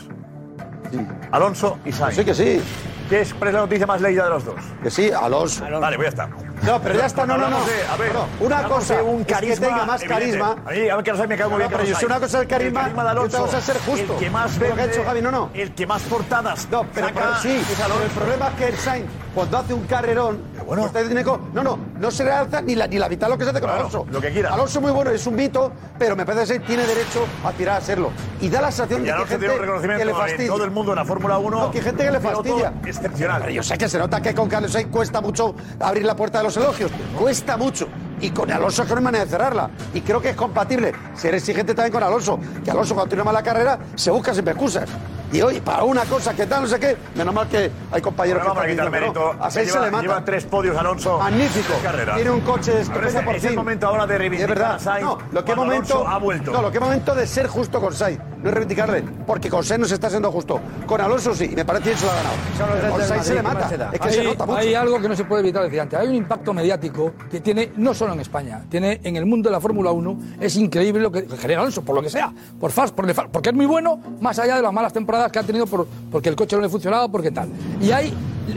[SPEAKER 5] Alonso y Sainz.
[SPEAKER 13] Sí que sí.
[SPEAKER 5] ¿Qué es, ¿Cuál es la noticia más leída de los dos?
[SPEAKER 13] Que sí, Alonso.
[SPEAKER 5] Vale, voy a estar.
[SPEAKER 13] No, pero ya está, no, no, no.
[SPEAKER 5] Hablamos de- a ver,
[SPEAKER 13] No, una
[SPEAKER 5] hablamos
[SPEAKER 13] cosa
[SPEAKER 5] de un
[SPEAKER 13] es que
[SPEAKER 5] carisma
[SPEAKER 13] tenga más
[SPEAKER 5] evidente.
[SPEAKER 13] carisma.
[SPEAKER 5] A mí, a ver, que no sé, me cae muy bien
[SPEAKER 13] No, pero
[SPEAKER 5] Carlos
[SPEAKER 13] yo sé
[SPEAKER 5] Sainz.
[SPEAKER 13] una cosa es el carisma,
[SPEAKER 5] carisma de
[SPEAKER 13] y otra
[SPEAKER 5] Alonso,
[SPEAKER 13] cosa es ser justo.
[SPEAKER 5] El que más
[SPEAKER 13] Lo que ha
[SPEAKER 5] vende,
[SPEAKER 13] hecho Javi, no, no.
[SPEAKER 5] El que más portadas.
[SPEAKER 13] No, pero
[SPEAKER 5] saca
[SPEAKER 13] pero sí,
[SPEAKER 5] es
[SPEAKER 13] pero
[SPEAKER 5] Alonso.
[SPEAKER 13] el problema es que el Sainz, cuando hace un carrerón, pues te tiene co- no, no, no se le alza ni la, ni la mitad de lo que se hace con
[SPEAKER 5] Claro,
[SPEAKER 13] Alonso.
[SPEAKER 5] lo que quiera.
[SPEAKER 13] Alonso muy bueno, es un mito, pero me parece que tiene derecho a tirar a serlo. Y da la sensación de
[SPEAKER 5] Y
[SPEAKER 13] que hay
[SPEAKER 5] Alonso
[SPEAKER 13] gente
[SPEAKER 5] tiene un
[SPEAKER 13] que le
[SPEAKER 5] reconocimiento en
[SPEAKER 13] fastidia.
[SPEAKER 5] todo el mundo en la Fórmula 1.
[SPEAKER 13] No, que hay gente que le
[SPEAKER 5] Un piloto
[SPEAKER 13] fastidia.
[SPEAKER 5] Excepcional.
[SPEAKER 13] Pero yo sé que se nota que con Carlos Sainz cuesta mucho abrir la puerta de los elogios. Cuesta mucho. Y con Alonso es que no hay manera de cerrarla. Y creo que es compatible ser exigente también con Alonso. Que Alonso cuando tiene mala carrera se busca siempre excusas. Y hoy, para una cosa que tal, no sé qué, menos mal que hay compañeros
[SPEAKER 5] Programa para
[SPEAKER 13] que
[SPEAKER 5] quitar
[SPEAKER 13] están diciendo que
[SPEAKER 5] mérito.
[SPEAKER 13] no. A Sainz se
[SPEAKER 5] Lleva-
[SPEAKER 13] le mata.
[SPEAKER 5] lleva tres podios Alonso.
[SPEAKER 13] Magnífico.
[SPEAKER 5] Tres carreras.
[SPEAKER 13] Tiene un coche de
[SPEAKER 5] Ahora es-
[SPEAKER 13] estupenda por
[SPEAKER 5] es el
[SPEAKER 13] fin.
[SPEAKER 5] momento ahora de
[SPEAKER 13] Y
[SPEAKER 5] reivindicar
[SPEAKER 13] Es verdad.
[SPEAKER 5] a Sainz
[SPEAKER 13] No, lo que
[SPEAKER 5] cuando
[SPEAKER 13] momento,
[SPEAKER 5] Alonso ha vuelto.
[SPEAKER 13] No, lo que momento de ser justo con Sainz. No es reivindicarle. Porque con Sainz no se está siendo justo. Con Alonso sí. Y me parece que se lo ha ganado. Pero con Sainz se le mata. Es que se
[SPEAKER 8] Hay-
[SPEAKER 13] nota mucho.
[SPEAKER 8] Hay algo que no se puede evitar decir antes. Hay un impacto mediático que tiene no solo en España, tiene en el mundo de la Fórmula 1. Es increíble lo que genera Alonso, por lo que sea, por fast, por nefa- porque es muy bueno, más allá de las malas temporadas que ha tenido por, porque el coche no le ha funcionado, porque tal. Y hay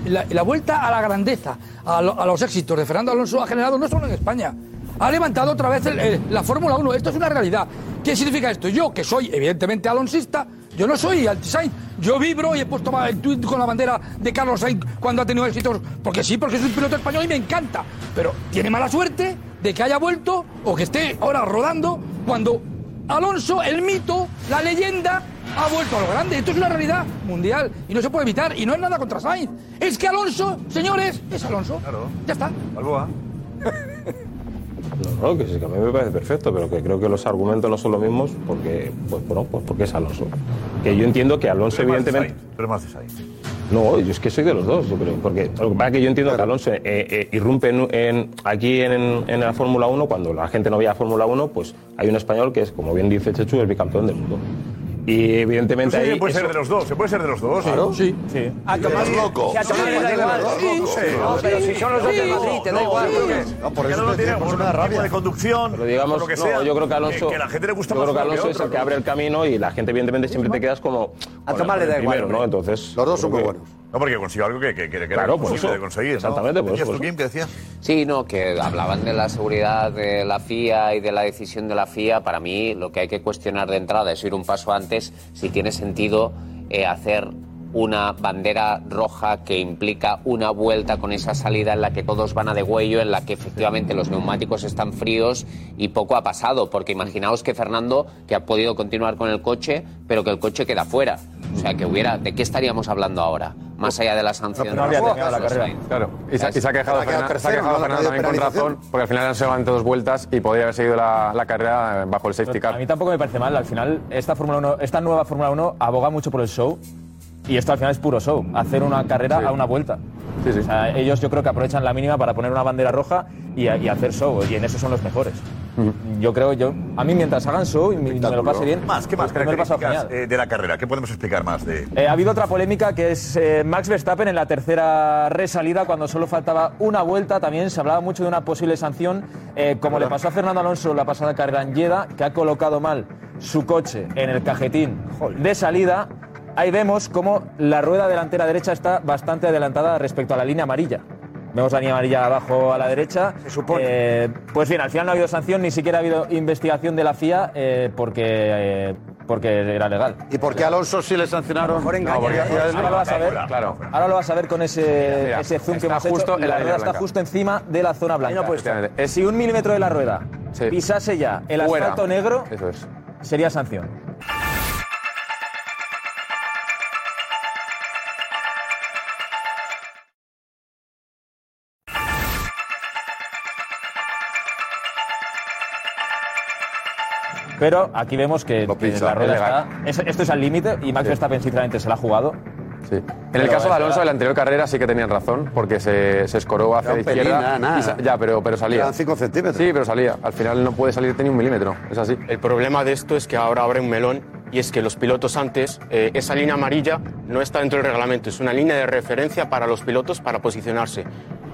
[SPEAKER 8] la, la vuelta a la grandeza, a, lo- a los éxitos de Fernando Alonso ha generado no solo en España. Ha levantado otra vez el- el- la Fórmula 1. Esto es una realidad. ¿Qué significa esto? Yo, que soy evidentemente alonsista, yo no soy anti-Sainz. Yo vibro y he puesto el tuit con la bandera de Carlos Sainz cuando ha tenido éxitos. Porque sí, porque es un piloto español y me encanta. Pero tiene mala suerte de que haya vuelto o que esté ahora rodando cuando Alonso, el mito, la leyenda, ha vuelto a lo grande. Esto es una realidad mundial y no se puede evitar. Y no es nada contra Sainz. Es que Alonso, señores, es Alonso. Ya está.
[SPEAKER 11] No, no, que, sí, que a mí me parece perfecto, pero que creo que los argumentos no son los mismos porque, pues, bueno, pues porque es Alonso. Que yo entiendo que
[SPEAKER 16] Pues
[SPEAKER 11] Alonso, evidentemente.
[SPEAKER 5] Pero más de Sainz.
[SPEAKER 11] No, yo es que soy de los dos, yo creo. Porque lo que pasa es que yo entiendo que Alonso eh, eh, irrumpe en, en- aquí en, en la Fórmula 1, cuando la gente no veía Fórmula 1, pues hay un español que es, como bien dice Chechu, es bicampeón del mundo. Y
[SPEAKER 5] No
[SPEAKER 11] evidentemente
[SPEAKER 5] sé si
[SPEAKER 11] ahí.
[SPEAKER 5] Pues puede
[SPEAKER 11] eso-
[SPEAKER 5] ser de los dos. Se puede ser de los dos.
[SPEAKER 11] Claro.
[SPEAKER 5] Sí.
[SPEAKER 11] Sí.
[SPEAKER 5] A
[SPEAKER 11] Tomás
[SPEAKER 5] loco.
[SPEAKER 11] Sí, a Tomás le da igual. Sí, sí. No, pero si son los dos del Madrid, te da igual, porque-
[SPEAKER 5] No, por eso no tiene por una rabia de conducción.
[SPEAKER 11] Pero digamos,
[SPEAKER 5] por lo que
[SPEAKER 11] no,
[SPEAKER 5] sea,
[SPEAKER 11] yo creo que Alonso,
[SPEAKER 5] Que, que a la gente le gusta
[SPEAKER 11] yo
[SPEAKER 5] más
[SPEAKER 11] creo que
[SPEAKER 5] uno
[SPEAKER 11] Alonso es
[SPEAKER 5] otro,
[SPEAKER 11] el que
[SPEAKER 5] ¿no?
[SPEAKER 11] abre el camino y la gente evidentemente siempre te quedas como con
[SPEAKER 5] Tomás
[SPEAKER 11] el
[SPEAKER 5] le da igual,
[SPEAKER 11] primero, ¿no?
[SPEAKER 5] hombre.
[SPEAKER 11] Entonces,
[SPEAKER 5] Los dos son
[SPEAKER 11] creo
[SPEAKER 5] muy
[SPEAKER 11] que-
[SPEAKER 5] buenos. No, porque consiguió algo que, que, que, que
[SPEAKER 11] Claro,
[SPEAKER 5] era
[SPEAKER 11] por
[SPEAKER 5] imposible
[SPEAKER 11] eso.
[SPEAKER 5] de conseguir. ¿no?
[SPEAKER 11] Exactamente, por
[SPEAKER 5] ¿Decías
[SPEAKER 11] eso,
[SPEAKER 5] tú,
[SPEAKER 11] por
[SPEAKER 5] Kim, qué decías?
[SPEAKER 10] Sí, no, que hablaban de la seguridad de la FIA y de la decisión de la FIA. Para mí, lo que hay que cuestionar de entrada es ir un paso antes si tiene sentido eh, hacer una bandera roja que implica una vuelta con esa salida en la que todos van a degüello, en la que efectivamente los neumáticos están fríos y poco ha pasado, porque imaginaos que Fernando, que ha podido continuar con el coche, pero que el coche queda fuera. O sea, que hubiera, ¿de qué estaríamos hablando ahora? Más allá de la sanción.
[SPEAKER 11] No habría
[SPEAKER 10] de
[SPEAKER 11] terminado la carrera. Claro.
[SPEAKER 15] Y se, y se ha quejado
[SPEAKER 10] Ha quedado
[SPEAKER 15] Fernan- se ha
[SPEAKER 10] tercero,
[SPEAKER 15] quejado
[SPEAKER 10] no le ha
[SPEAKER 15] Fernando
[SPEAKER 10] pedido
[SPEAKER 15] también con razón, porque al final han sido solamente dos vueltas y podría haber seguido la, la carrera bajo el safety
[SPEAKER 16] A
[SPEAKER 15] car.
[SPEAKER 16] mí tampoco me parece mal. Al final, esta, Fórmula 1, esta nueva Fórmula 1 aboga mucho por el show. Y esto al final es puro show. Hacer una carrera
[SPEAKER 11] Sí.
[SPEAKER 16] a una vuelta. O sea, ellos yo creo que aprovechan la mínima para poner una bandera roja y, y hacer show. Y en eso son los mejores. Yo creo, yo a mí mientras hagan show y me, me lo pase bien.
[SPEAKER 5] Más, ¿Qué más
[SPEAKER 16] pues me lo he pasado
[SPEAKER 5] características
[SPEAKER 16] genial.
[SPEAKER 5] eh, de la carrera? ¿Qué podemos explicar más de...?
[SPEAKER 16] Eh, ha habido otra polémica que es eh, Max Verstappen en la tercera resalida, cuando solo faltaba una vuelta. También se hablaba mucho de una posible sanción, eh, como le pasó a Fernando Alonso la pasada carrera en Jeddah, que ha colocado mal su coche en el cajetín de salida. Ahí vemos cómo la rueda delantera derecha está bastante adelantada respecto a la línea amarilla. Vemos la línea amarilla abajo a la derecha. Se supone. pues bien, al final no ha habido sanción, ni siquiera ha habido investigación de la FIA eh, porque, eh, porque era legal.
[SPEAKER 13] ¿Y por qué a Alonso sí le sancionaron?
[SPEAKER 16] engaña, ¿eh? Ahora lo vas a ver.
[SPEAKER 13] Claro.
[SPEAKER 16] Ahora lo vas a ver con ese,
[SPEAKER 13] Mira,
[SPEAKER 16] ese zoom que
[SPEAKER 13] está
[SPEAKER 16] hemos
[SPEAKER 13] justo
[SPEAKER 16] hecho.
[SPEAKER 13] en la
[SPEAKER 16] y la
[SPEAKER 13] línea
[SPEAKER 16] rueda está
[SPEAKER 13] blanca.
[SPEAKER 16] justo encima de la zona blanca.
[SPEAKER 13] puesto.
[SPEAKER 16] Si un milímetro de la rueda pisase ya el
[SPEAKER 15] Fuera.
[SPEAKER 16] asfalto negro,
[SPEAKER 15] Eso es.
[SPEAKER 16] sería sanción. Pero aquí vemos que, que
[SPEAKER 15] pisa,
[SPEAKER 16] la rueda
[SPEAKER 15] es legal.
[SPEAKER 16] está. es- esto es al límite y Max
[SPEAKER 15] Sí.
[SPEAKER 16] Verstappen sinceramente se la ha jugado.
[SPEAKER 15] Sí. En el
[SPEAKER 16] Pero
[SPEAKER 15] caso de
[SPEAKER 16] es
[SPEAKER 15] Alonso,
[SPEAKER 16] verdad.
[SPEAKER 15] en la anterior carrera sí que tenían razón, porque se, se escoró hacia
[SPEAKER 16] Era
[SPEAKER 15] la
[SPEAKER 16] un pelín,
[SPEAKER 15] izquierda.
[SPEAKER 16] nada, nada.
[SPEAKER 15] y sa- ya, pero, pero salía.
[SPEAKER 13] Eran
[SPEAKER 15] 5 centímetros. Sí, pero salía. Al final no puede salir ni un milímetro. Es así.
[SPEAKER 17] El problema de esto es que ahora abre un melón y es que los pilotos antes, eh, esa línea amarilla no está dentro del reglamento, es una línea de referencia para los pilotos para posicionarse.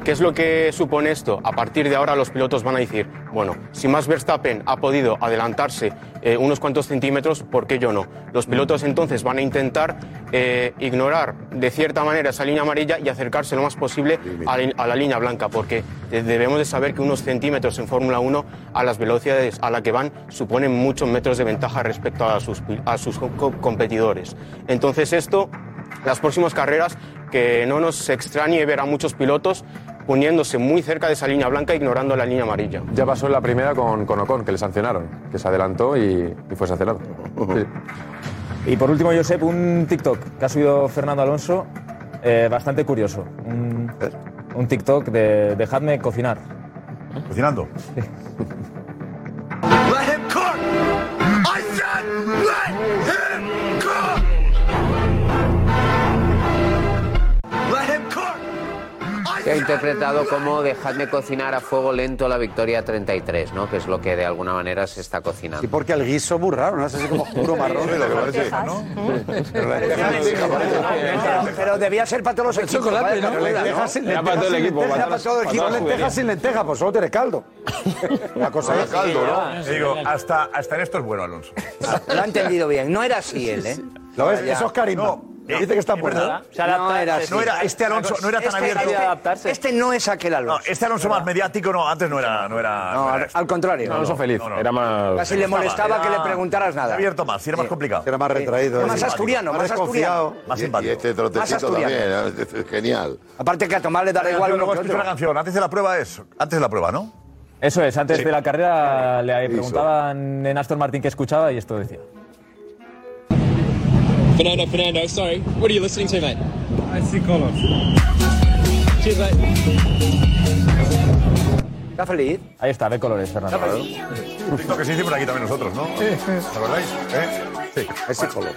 [SPEAKER 17] ¿Qué es lo que supone esto? A partir de ahora los pilotos van a decir, bueno, si Max Verstappen ha podido adelantarse eh, unos cuantos centímetros, ¿por qué yo no? Los pilotos entonces van a intentar eh, ignorar de cierta manera esa línea amarilla y acercarse lo más posible a la, a la línea blanca, porque de- debemos de saber que unos centímetros en Fórmula 1 a las velocidades a las que van suponen muchos metros de ventaja respecto a sus, pi- a sus co- co- competidores. Entonces esto, las próximas carreras, que no nos extrañe ver a muchos pilotos poniéndose muy cerca de esa línea blanca ignorando la línea amarilla.
[SPEAKER 15] Ya pasó en la primera con, con Ocon, que le sancionaron, que se adelantó y, y fue sancionado. Sí.
[SPEAKER 16] Y por último, Josep, un TikTok que ha subido Fernando Alonso, eh, bastante curioso. Un,
[SPEAKER 13] Eh.
[SPEAKER 16] un TikTok de dejadme cocinar.
[SPEAKER 5] ¿Cocinando?
[SPEAKER 7] Let him cook! I said let him cook! Let him cook!
[SPEAKER 10] Que ha interpretado como dejadme cocinar a fuego lento la victoria 33, ¿no? Que es lo que de alguna manera se está cocinando.
[SPEAKER 13] Sí, porque el guiso es muy raro, ¿no? Es así como puro marrón.
[SPEAKER 10] Sí, lo que parece,
[SPEAKER 13] ¿no? Pero la lenteja Pero, pero debía ser para todos los equipos.
[SPEAKER 7] chocolate,
[SPEAKER 13] ¿vale?
[SPEAKER 7] ¿no?
[SPEAKER 13] Pero Lenteja sin
[SPEAKER 7] Era
[SPEAKER 13] lenteja.
[SPEAKER 7] para todo el
[SPEAKER 13] sin
[SPEAKER 7] equipo,
[SPEAKER 13] lenteja,
[SPEAKER 7] para
[SPEAKER 13] Era para
[SPEAKER 7] todas-
[SPEAKER 13] todo el
[SPEAKER 7] para
[SPEAKER 13] equipo.
[SPEAKER 7] todas las
[SPEAKER 13] Lenteja
[SPEAKER 7] juguerías.
[SPEAKER 13] sin lenteja, pues solo tienes caldo. La cosa
[SPEAKER 5] Solo
[SPEAKER 13] es.
[SPEAKER 5] caldo, ¿no?
[SPEAKER 13] Sí,
[SPEAKER 5] Digo,
[SPEAKER 13] sí, sí.
[SPEAKER 5] hasta, hasta en esto es bueno, Alonso.
[SPEAKER 19] Lo ha entendido bien. No era así él, ¿eh?
[SPEAKER 13] ¿Lo ves?
[SPEAKER 19] Ya.
[SPEAKER 13] Eso es carisma. dice que está por
[SPEAKER 19] verdad. Se adapta,
[SPEAKER 5] No era,
[SPEAKER 19] se-
[SPEAKER 5] no era- este Alonso no era tan
[SPEAKER 19] Este
[SPEAKER 5] abierto.
[SPEAKER 19] sabía adaptarse. Este no es aquel Alonso.
[SPEAKER 5] No, este Alonso más mediático no, antes no era. No, era,
[SPEAKER 19] No, al- al contrario.
[SPEAKER 5] Alonso
[SPEAKER 19] Alonso
[SPEAKER 5] feliz, era más.
[SPEAKER 19] Casi le molestaba que le preguntaras nada.
[SPEAKER 5] Abierto más, sí, era más complicado.
[SPEAKER 13] Era más retraído.
[SPEAKER 19] Más asturiano, más asturiano.
[SPEAKER 5] Más
[SPEAKER 12] Y- y,
[SPEAKER 5] simpático.
[SPEAKER 12] este
[SPEAKER 19] Más
[SPEAKER 12] trotecito
[SPEAKER 19] asturiano.
[SPEAKER 12] también, ¿eh? Es genial.
[SPEAKER 19] Aparte que a Tomás le dará igual
[SPEAKER 5] Luego
[SPEAKER 19] uno que
[SPEAKER 5] escucha
[SPEAKER 19] otro.
[SPEAKER 5] la canción. Antes de la prueba es. Antes de la prueba, ¿no?
[SPEAKER 16] Eso es, antes
[SPEAKER 5] Sí.
[SPEAKER 16] de la carrera le preguntaban en Aston Martin qué escuchaba y esto decía.
[SPEAKER 20] Fernando, Fernando, sorry. What are you listening to, mate? I see colors. Cheers, mate.
[SPEAKER 16] ¿Está feliz? Ahí está, ve colores, Fernando.
[SPEAKER 5] Está feliz. Un TikTok que se hizo por aquí también nosotros, ¿no? ¿Os acordáis? ¿Eh? Sí. Ese color.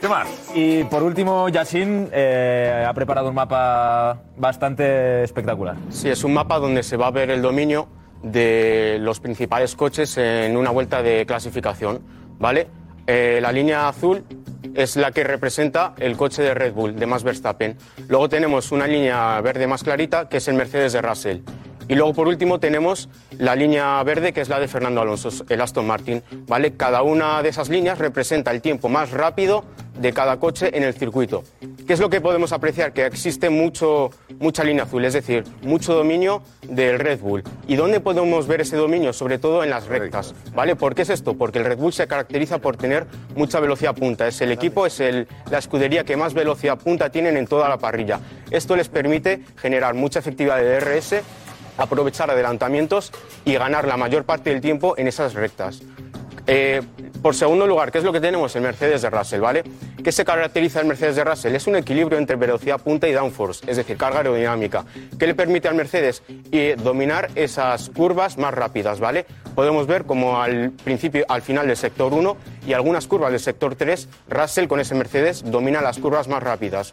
[SPEAKER 5] ¿Qué más?
[SPEAKER 16] Y por último, Yassin eh, ha preparado un mapa bastante espectacular.
[SPEAKER 17] Sí, es un mapa donde se va a ver el dominio de los principales coches en una vuelta de clasificación, ¿vale? Eh, la línea azul es la que representa el coche de Red Bull, de Max Verstappen. Luego tenemos una línea verde más clarita, que es el Mercedes de Russell. Y luego, por último, tenemos la línea verde, que es la de Fernando Alonso, el Aston Martin, ¿vale? Cada una de esas líneas representa el tiempo más rápido de cada coche en el circuito. ¿Qué es lo que podemos apreciar? Que existe mucho, mucha línea azul, es decir, mucho dominio del Red Bull. ¿Y dónde podemos ver ese dominio? Sobre todo en las rectas. ¿Vale? ¿Por qué es esto? Porque el Red Bull se caracteriza por tener mucha velocidad punta. Es el equipo, es el- la escudería que más velocidad punta tienen en toda la parrilla. Esto les permite generar mucha efectividad de DRS, aprovechar adelantamientos y ganar la mayor parte del tiempo en esas rectas. Eh, por segundo lugar, ¿qué es lo que tenemos? El Mercedes de Russell, ¿vale? ¿Qué se caracteriza el Mercedes de Russell? Es un equilibrio entre velocidad punta y downforce, es decir, carga aerodinámica. ¿Qué le permite al Mercedes eh, dominar esas curvas más rápidas, ¿vale? Podemos ver como al principio, al final del sector 1 y algunas curvas del sector 3, Russell con ese Mercedes domina las curvas más rápidas.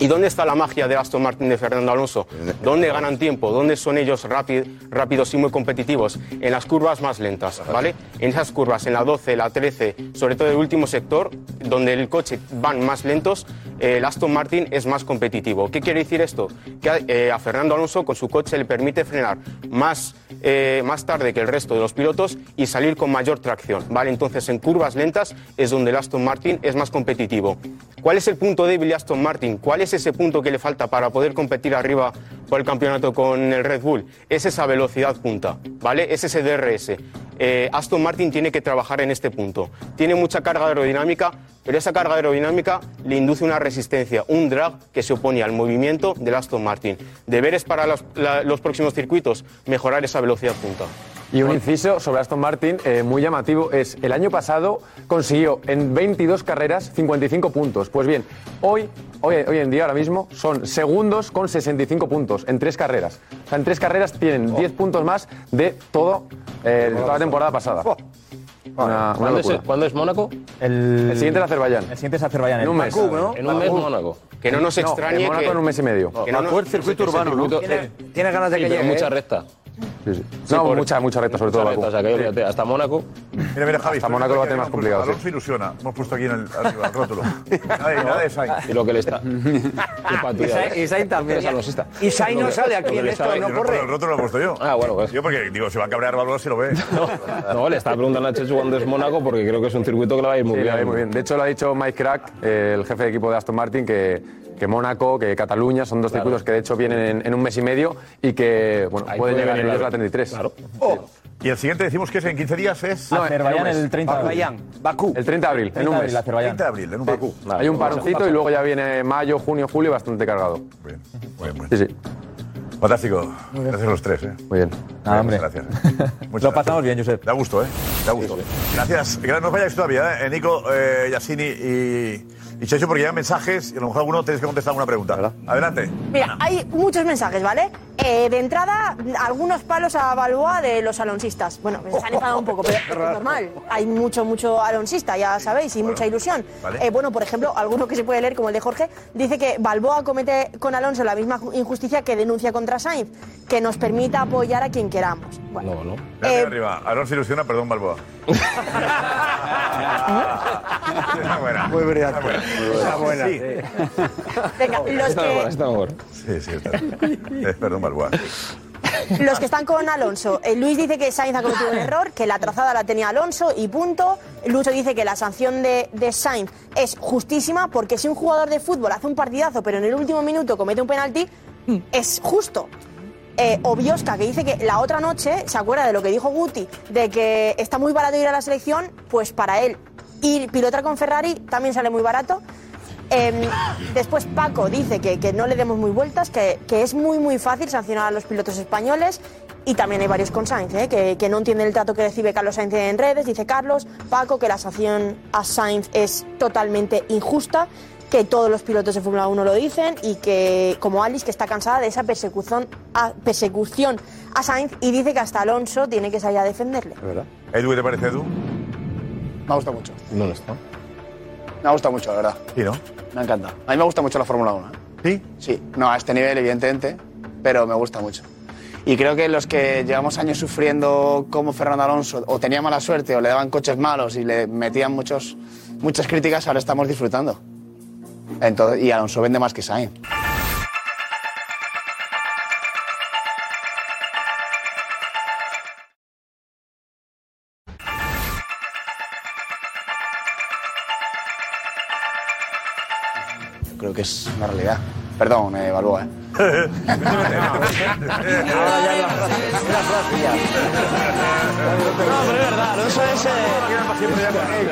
[SPEAKER 17] ¿Y dónde está la magia de Aston Martin de Fernando Alonso? ¿Dónde ganan tiempo? ¿Dónde son ellos rápi- rápidos y muy competitivos? En las curvas más lentas, ¿vale? En esas curvas, en la 12, la 13, sobre todo el último sector, donde el coche van más lentos, eh, el Aston Martin es más competitivo. ¿Qué quiere decir esto? Que a, eh, a Fernando Alonso con su coche le permite frenar más, eh, más tarde que el resto de los pilotos y salir con mayor tracción, ¿vale? Entonces, en curvas lentas es donde el Aston Martin es más competitivo. ¿Cuál es el punto débil de Aston Martin? ¿Cuál es ese punto que le falta para poder competir arriba por el campeonato con el Red Bull? Es esa velocidad punta, ¿vale? Es ese DRS. eh, Aston Martin tiene que trabajar en este punto. Tiene mucha carga aerodinámica, pero esa carga aerodinámica le induce una resistencia, un drag que se opone al movimiento del Aston Martin. Deberes para las- la- los próximos circuitos, mejorar esa velocidad punta.
[SPEAKER 15] Y un inciso sobre Aston Martin eh, muy llamativo es el año pasado consiguió en 22 carreras 55 puntos. Pues bien, hoy, hoy, hoy en día, ahora mismo, son segundos con 65 puntos en tres carreras. O sea, en tres carreras tienen 10 puntos más de, todo, eh, de toda la temporada pasada.
[SPEAKER 11] Ah,
[SPEAKER 15] Una, una
[SPEAKER 18] ¿Cuándo, es,
[SPEAKER 15] locura.
[SPEAKER 18] cuándo es Mónaco? El,
[SPEAKER 15] El siguiente es Azerbaiyán.
[SPEAKER 18] El siguiente es Azerbaiyán.
[SPEAKER 15] En un mes.
[SPEAKER 18] Bakú, ¿no?
[SPEAKER 15] En un mes,
[SPEAKER 18] Bakú.
[SPEAKER 15] Mónaco. Que no nos extrañe que- Que no
[SPEAKER 18] Bakú
[SPEAKER 15] nos-
[SPEAKER 18] es circuito
[SPEAKER 15] ese
[SPEAKER 18] urbano, ¿no?
[SPEAKER 15] circuito-
[SPEAKER 18] Tiene-
[SPEAKER 19] Tienes ganas de
[SPEAKER 18] sí,
[SPEAKER 19] que
[SPEAKER 18] pero
[SPEAKER 19] llegue,
[SPEAKER 18] mucha
[SPEAKER 19] ¿eh?
[SPEAKER 18] recta.
[SPEAKER 15] Sí, no, mucha, mucha recta, sobre todo
[SPEAKER 18] mucha
[SPEAKER 15] Bakú.
[SPEAKER 18] recta, o sea, que
[SPEAKER 15] Sí.
[SPEAKER 18] fíjate, hasta Mónaco.
[SPEAKER 5] Mira, mira, Javi.
[SPEAKER 18] Hasta Mónaco lo va a tener más
[SPEAKER 5] Hemos puesto-
[SPEAKER 18] complicado, sí.
[SPEAKER 5] Alonso ilusiona. Hemos puesto aquí en el arriba, el rótulo. Nada de, nada de Sainz.
[SPEAKER 18] Y lo que le está.
[SPEAKER 5] Y Sainz también.
[SPEAKER 18] es alonista.
[SPEAKER 5] Y Sainz no sale aquí
[SPEAKER 18] Lo que
[SPEAKER 5] en
[SPEAKER 18] le
[SPEAKER 5] esto,
[SPEAKER 18] está-
[SPEAKER 5] no corre. El rótulo lo he puesto yo.
[SPEAKER 18] Ah, bueno, pues.
[SPEAKER 5] Yo porque digo, si va a cabrear Valor, si lo ve.
[SPEAKER 18] No, le estaba preguntando a Chechu cuándo es Mónaco porque creo que es un circuito que le va a ir muy
[SPEAKER 15] Sí,
[SPEAKER 18] bien.
[SPEAKER 15] la ve muy bien. De hecho, lo ha dicho Mike Crack, eh, el jefe de equipo de Aston Martin, que, que Mónaco, que Cataluña son dos circuitos que de hecho vienen en, en un mes y medio y que bueno, pueden
[SPEAKER 18] puede
[SPEAKER 15] llegar
[SPEAKER 18] venir
[SPEAKER 15] ellos
[SPEAKER 18] la-
[SPEAKER 15] la 33. Claro.
[SPEAKER 5] Y el siguiente decimos que es en 15 días Oh. es.
[SPEAKER 15] No, en- en un mes.
[SPEAKER 5] Bakú.
[SPEAKER 15] El 30 de abril, en un mes.
[SPEAKER 5] 30 de abril, en un Bakú.
[SPEAKER 15] Hay un paroncito y luego ya viene mayo, junio, julio bastante cargado. Sí, sí.
[SPEAKER 5] Fantástico. Gracias a los tres, ¿eh?
[SPEAKER 15] Muy bien.
[SPEAKER 5] Muchas gracias. Lo pasamos bien, Josep. Da gusto, ¿eh? Da gusto. Gracias. Gra- No os vayáis todavía, ¿eh? Nico, eh, Yassini y, y Checho, porque llegan mensajes y a lo mejor alguno tenéis que contestar alguna pregunta. Adelante.
[SPEAKER 6] Mira, hay muchos mensajes, ¿vale? Eh, de entrada, algunos palos a Balboa de los alonsistas. Bueno, me han enfadado un poco, pero es normal. Hay mucho, mucho alonsista, ya sabéis, y mucha ilusión.
[SPEAKER 21] vale.
[SPEAKER 6] Eh, bueno, por ejemplo, alguno que se puede leer, como el de Jorge, dice que Balboa comete con Alonso la misma ju- injusticia que denuncia contra Sainz, que nos permita apoyar a quien queramos.
[SPEAKER 5] No, no. arriba. Alonso ilusiona, perdón, Balboa. Está buena. Muy brillante. Está buena. Sí.
[SPEAKER 6] Venga, los que,
[SPEAKER 5] Sí, sí, está. Eh, Perdón, Balboa.
[SPEAKER 6] Los que están con Alonso. Eh, Luis dice que Sainz ha cometido un error, que la trazada la tenía Alonso y punto. Lucho dice que la sanción de, de Sainz es justísima porque si un jugador de fútbol hace un partidazo pero en el último minuto comete un penalti, es justo. Eh, Obiosca, que dice que la otra noche, ¿se acuerda de lo que dijo Guti? De que está muy barato ir a la selección, pues para él. Y pilotar con Ferrari también sale muy barato. Em, después Paco dice que, que no le demos muy vueltas, que, que es muy muy fácil sancionar a los pilotos españoles y también hay varios con Sainz, ¿eh? que, que no entienden el trato que recibe Carlos Sainz en redes, dice Carlos, Paco que la sanción a Sainz es totalmente injusta, que todos los pilotos de Fórmula 1 lo dicen y que como Alice que está cansada de esa persecución a, persecución a Sainz y dice que hasta Alonso tiene que salir a defenderle.
[SPEAKER 5] verdad. Edu, ¿qué te parece, Edu?
[SPEAKER 1] Me gusta mucho.
[SPEAKER 5] No lo está.
[SPEAKER 1] Me gusta mucho, la verdad.
[SPEAKER 5] ¿Sí, no?
[SPEAKER 1] Me encanta. A mí me gusta mucho la Fórmula 1.
[SPEAKER 5] ¿Sí?
[SPEAKER 1] Sí. No, a este nivel, evidentemente, pero me gusta mucho. Y creo que los que llevamos años sufriendo como Fernando Alonso, o tenía mala suerte, o le daban coches malos y le metían muchos, muchas críticas, ahora estamos disfrutando. Entonces, y Alonso vende más que Sainz. Creo que es una realidad. Perdón, eh, Balboa. ¿eh?
[SPEAKER 7] Alonso es.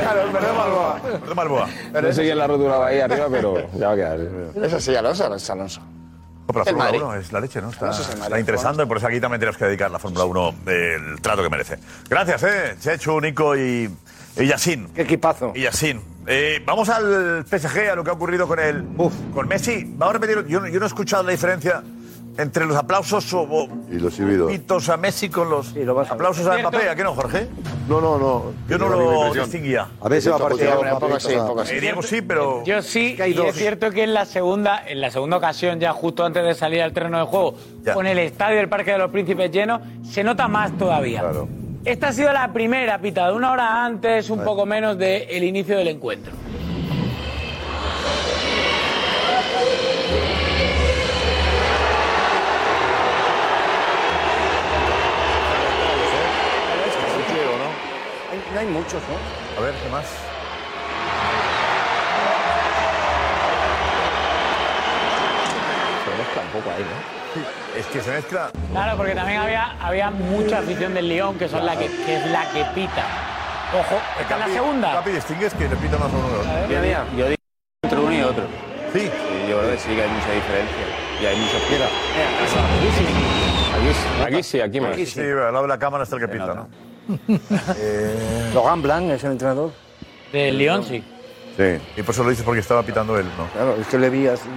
[SPEAKER 7] Claro, perdón, Balboa.
[SPEAKER 5] Perdón, Balboa.
[SPEAKER 18] No sé quién la rotura va ahí arriba, pero ya va a quedar. ¿eh?
[SPEAKER 1] Eso sí, Alonso, Alonso, Alonso.
[SPEAKER 5] No, pero Pues la
[SPEAKER 1] El
[SPEAKER 5] Fórmula
[SPEAKER 1] Madrid.
[SPEAKER 5] 1 es la leche, ¿no? Está,
[SPEAKER 1] Eso es el
[SPEAKER 5] está
[SPEAKER 1] Madrid,
[SPEAKER 5] interesante y por eso aquí también tenemos que dedicar la Fórmula 1 el trato que merece. Gracias, ¿eh? Chechu, Nico y, y Yacine. Qué equipazo. Y Yacine. Eh, vamos al PSG, a lo que ha ocurrido con el, con Messi. Vamos a repetir, yo, no- yo no he escuchado la diferencia entre los aplausos o, o
[SPEAKER 12] Y los silbidos.
[SPEAKER 5] gritos a Messi con los aplausos a
[SPEAKER 12] ¿Cierto?
[SPEAKER 5] Mbappé. ¿A qué no, Jorge?
[SPEAKER 12] No, no, no.
[SPEAKER 5] Yo no
[SPEAKER 12] Tengo la misma
[SPEAKER 5] lo
[SPEAKER 12] impresión.
[SPEAKER 5] distinguía.
[SPEAKER 12] A veces va parecido a
[SPEAKER 5] un
[SPEAKER 12] Mbappé, o sea,
[SPEAKER 5] Eh, Diego sí, pero...
[SPEAKER 14] Yo sí,
[SPEAKER 5] que hay
[SPEAKER 14] y
[SPEAKER 5] dos.
[SPEAKER 14] es cierto que en la segunda, en la segunda ocasión, ya justo antes de salir al terreno de juego, con el estadio del Parque de los Príncipes lleno, se nota más todavía. Esta ha sido la primera pitada, una hora antes, un poco menos del inicio del encuentro.
[SPEAKER 3] Este
[SPEAKER 1] Hay- No hay muchos, ¿no?
[SPEAKER 5] A ver, ¿qué más?
[SPEAKER 18] Pero no está un poco ahí, ¿no?
[SPEAKER 5] Es que se mezcla.
[SPEAKER 14] Claro, porque también había, había mucha afición del León, que, son la que, que es la que pita. Ojo, esta es la segunda.
[SPEAKER 5] Capi, distingues que le pita más a uno que a otro.
[SPEAKER 21] Yo diría, yo diría entre uno y otro.
[SPEAKER 5] Sí.
[SPEAKER 21] yo creo que sí que hay mucha diferencia. Y hay mucha
[SPEAKER 5] Mira.
[SPEAKER 18] Aquí sí, aquí sí, aquí más.
[SPEAKER 5] Sí, al lado de la cámara está el que pinta, ¿no?
[SPEAKER 19] Eh, Logan Blanc es el entrenador.
[SPEAKER 14] Del León, sí.
[SPEAKER 5] Sí. Y por eso lo dices porque estaba pitando él, ¿no?
[SPEAKER 19] Claro, es que le vi así.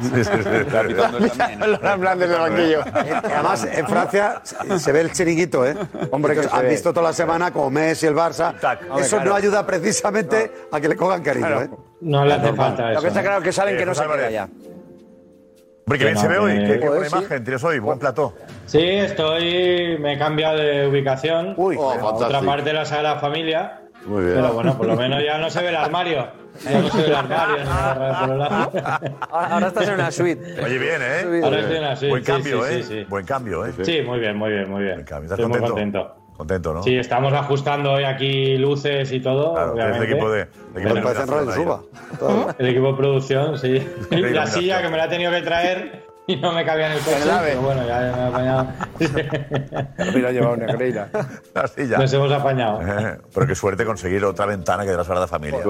[SPEAKER 5] Sí, sí, sí.
[SPEAKER 19] Estaba pitando él también.
[SPEAKER 5] Logan Blanc desde el
[SPEAKER 19] banquillo.
[SPEAKER 13] Eh, Además, en Francia se se ve el chiringuito, ¿eh? Hombre, que
[SPEAKER 5] Sí
[SPEAKER 13] os
[SPEAKER 5] que
[SPEAKER 13] han
[SPEAKER 5] se ve.
[SPEAKER 13] visto toda la semana como Messi, el Barça.
[SPEAKER 5] Hombre,
[SPEAKER 13] Eso
[SPEAKER 5] claro.
[SPEAKER 13] no ayuda precisamente a que le cojan cariño,
[SPEAKER 5] Claro.
[SPEAKER 13] ¿eh?
[SPEAKER 21] No le hace
[SPEAKER 13] falta
[SPEAKER 19] Lo que está claro es que saben que no se queda ya.
[SPEAKER 5] Eh, Hombre, que bien
[SPEAKER 21] Sí,
[SPEAKER 5] se
[SPEAKER 21] no,
[SPEAKER 5] ve hoy.
[SPEAKER 21] que-
[SPEAKER 5] Qué, qué
[SPEAKER 21] Joder,
[SPEAKER 5] buena
[SPEAKER 21] sí.
[SPEAKER 5] imagen tienes hoy. Buen plató.
[SPEAKER 21] Sí, estoy. Me he cambiado de ubicación. Uy,
[SPEAKER 13] Oh,
[SPEAKER 21] a otra
[SPEAKER 5] fantástico.
[SPEAKER 21] parte de la Sagrada Familia.
[SPEAKER 5] Muy
[SPEAKER 21] Pero bueno, por lo menos ya no se ve el armario. Ya no se ve el armario. en la Sagrada por un lado.
[SPEAKER 9] Ahora, ahora estás en una suite.
[SPEAKER 5] Oye, bien, ¿eh?
[SPEAKER 21] Ahora estoy en la suite,
[SPEAKER 5] Buen
[SPEAKER 21] sí,
[SPEAKER 5] cambio,
[SPEAKER 21] sí,
[SPEAKER 5] ¿eh?
[SPEAKER 21] sí, sí.
[SPEAKER 5] Buen cambio, ¿eh?
[SPEAKER 21] Sí, muy bien, muy bien, muy bien.
[SPEAKER 5] ¿Estás
[SPEAKER 21] Estoy muy
[SPEAKER 5] contento?
[SPEAKER 21] contento.
[SPEAKER 5] Contento, ¿no?
[SPEAKER 21] Sí, estamos ajustando hoy aquí luces y todo.
[SPEAKER 5] Claro, que es el
[SPEAKER 21] obviamente. ¿Eh?
[SPEAKER 5] equipo de- el equipo de Parece Radio Suba.
[SPEAKER 21] El equipo de producción, sí. La
[SPEAKER 5] iluminación.
[SPEAKER 21] silla que me la he tenido que traer y no me cabía en el coche.
[SPEAKER 5] el AVE.
[SPEAKER 21] Pero bueno, ya me he apañado.
[SPEAKER 5] Mira, llevado negreira. Así ya.
[SPEAKER 21] Nos hemos apañado.
[SPEAKER 5] Pero qué suerte conseguir otra ventana que de la Sagrada Familia.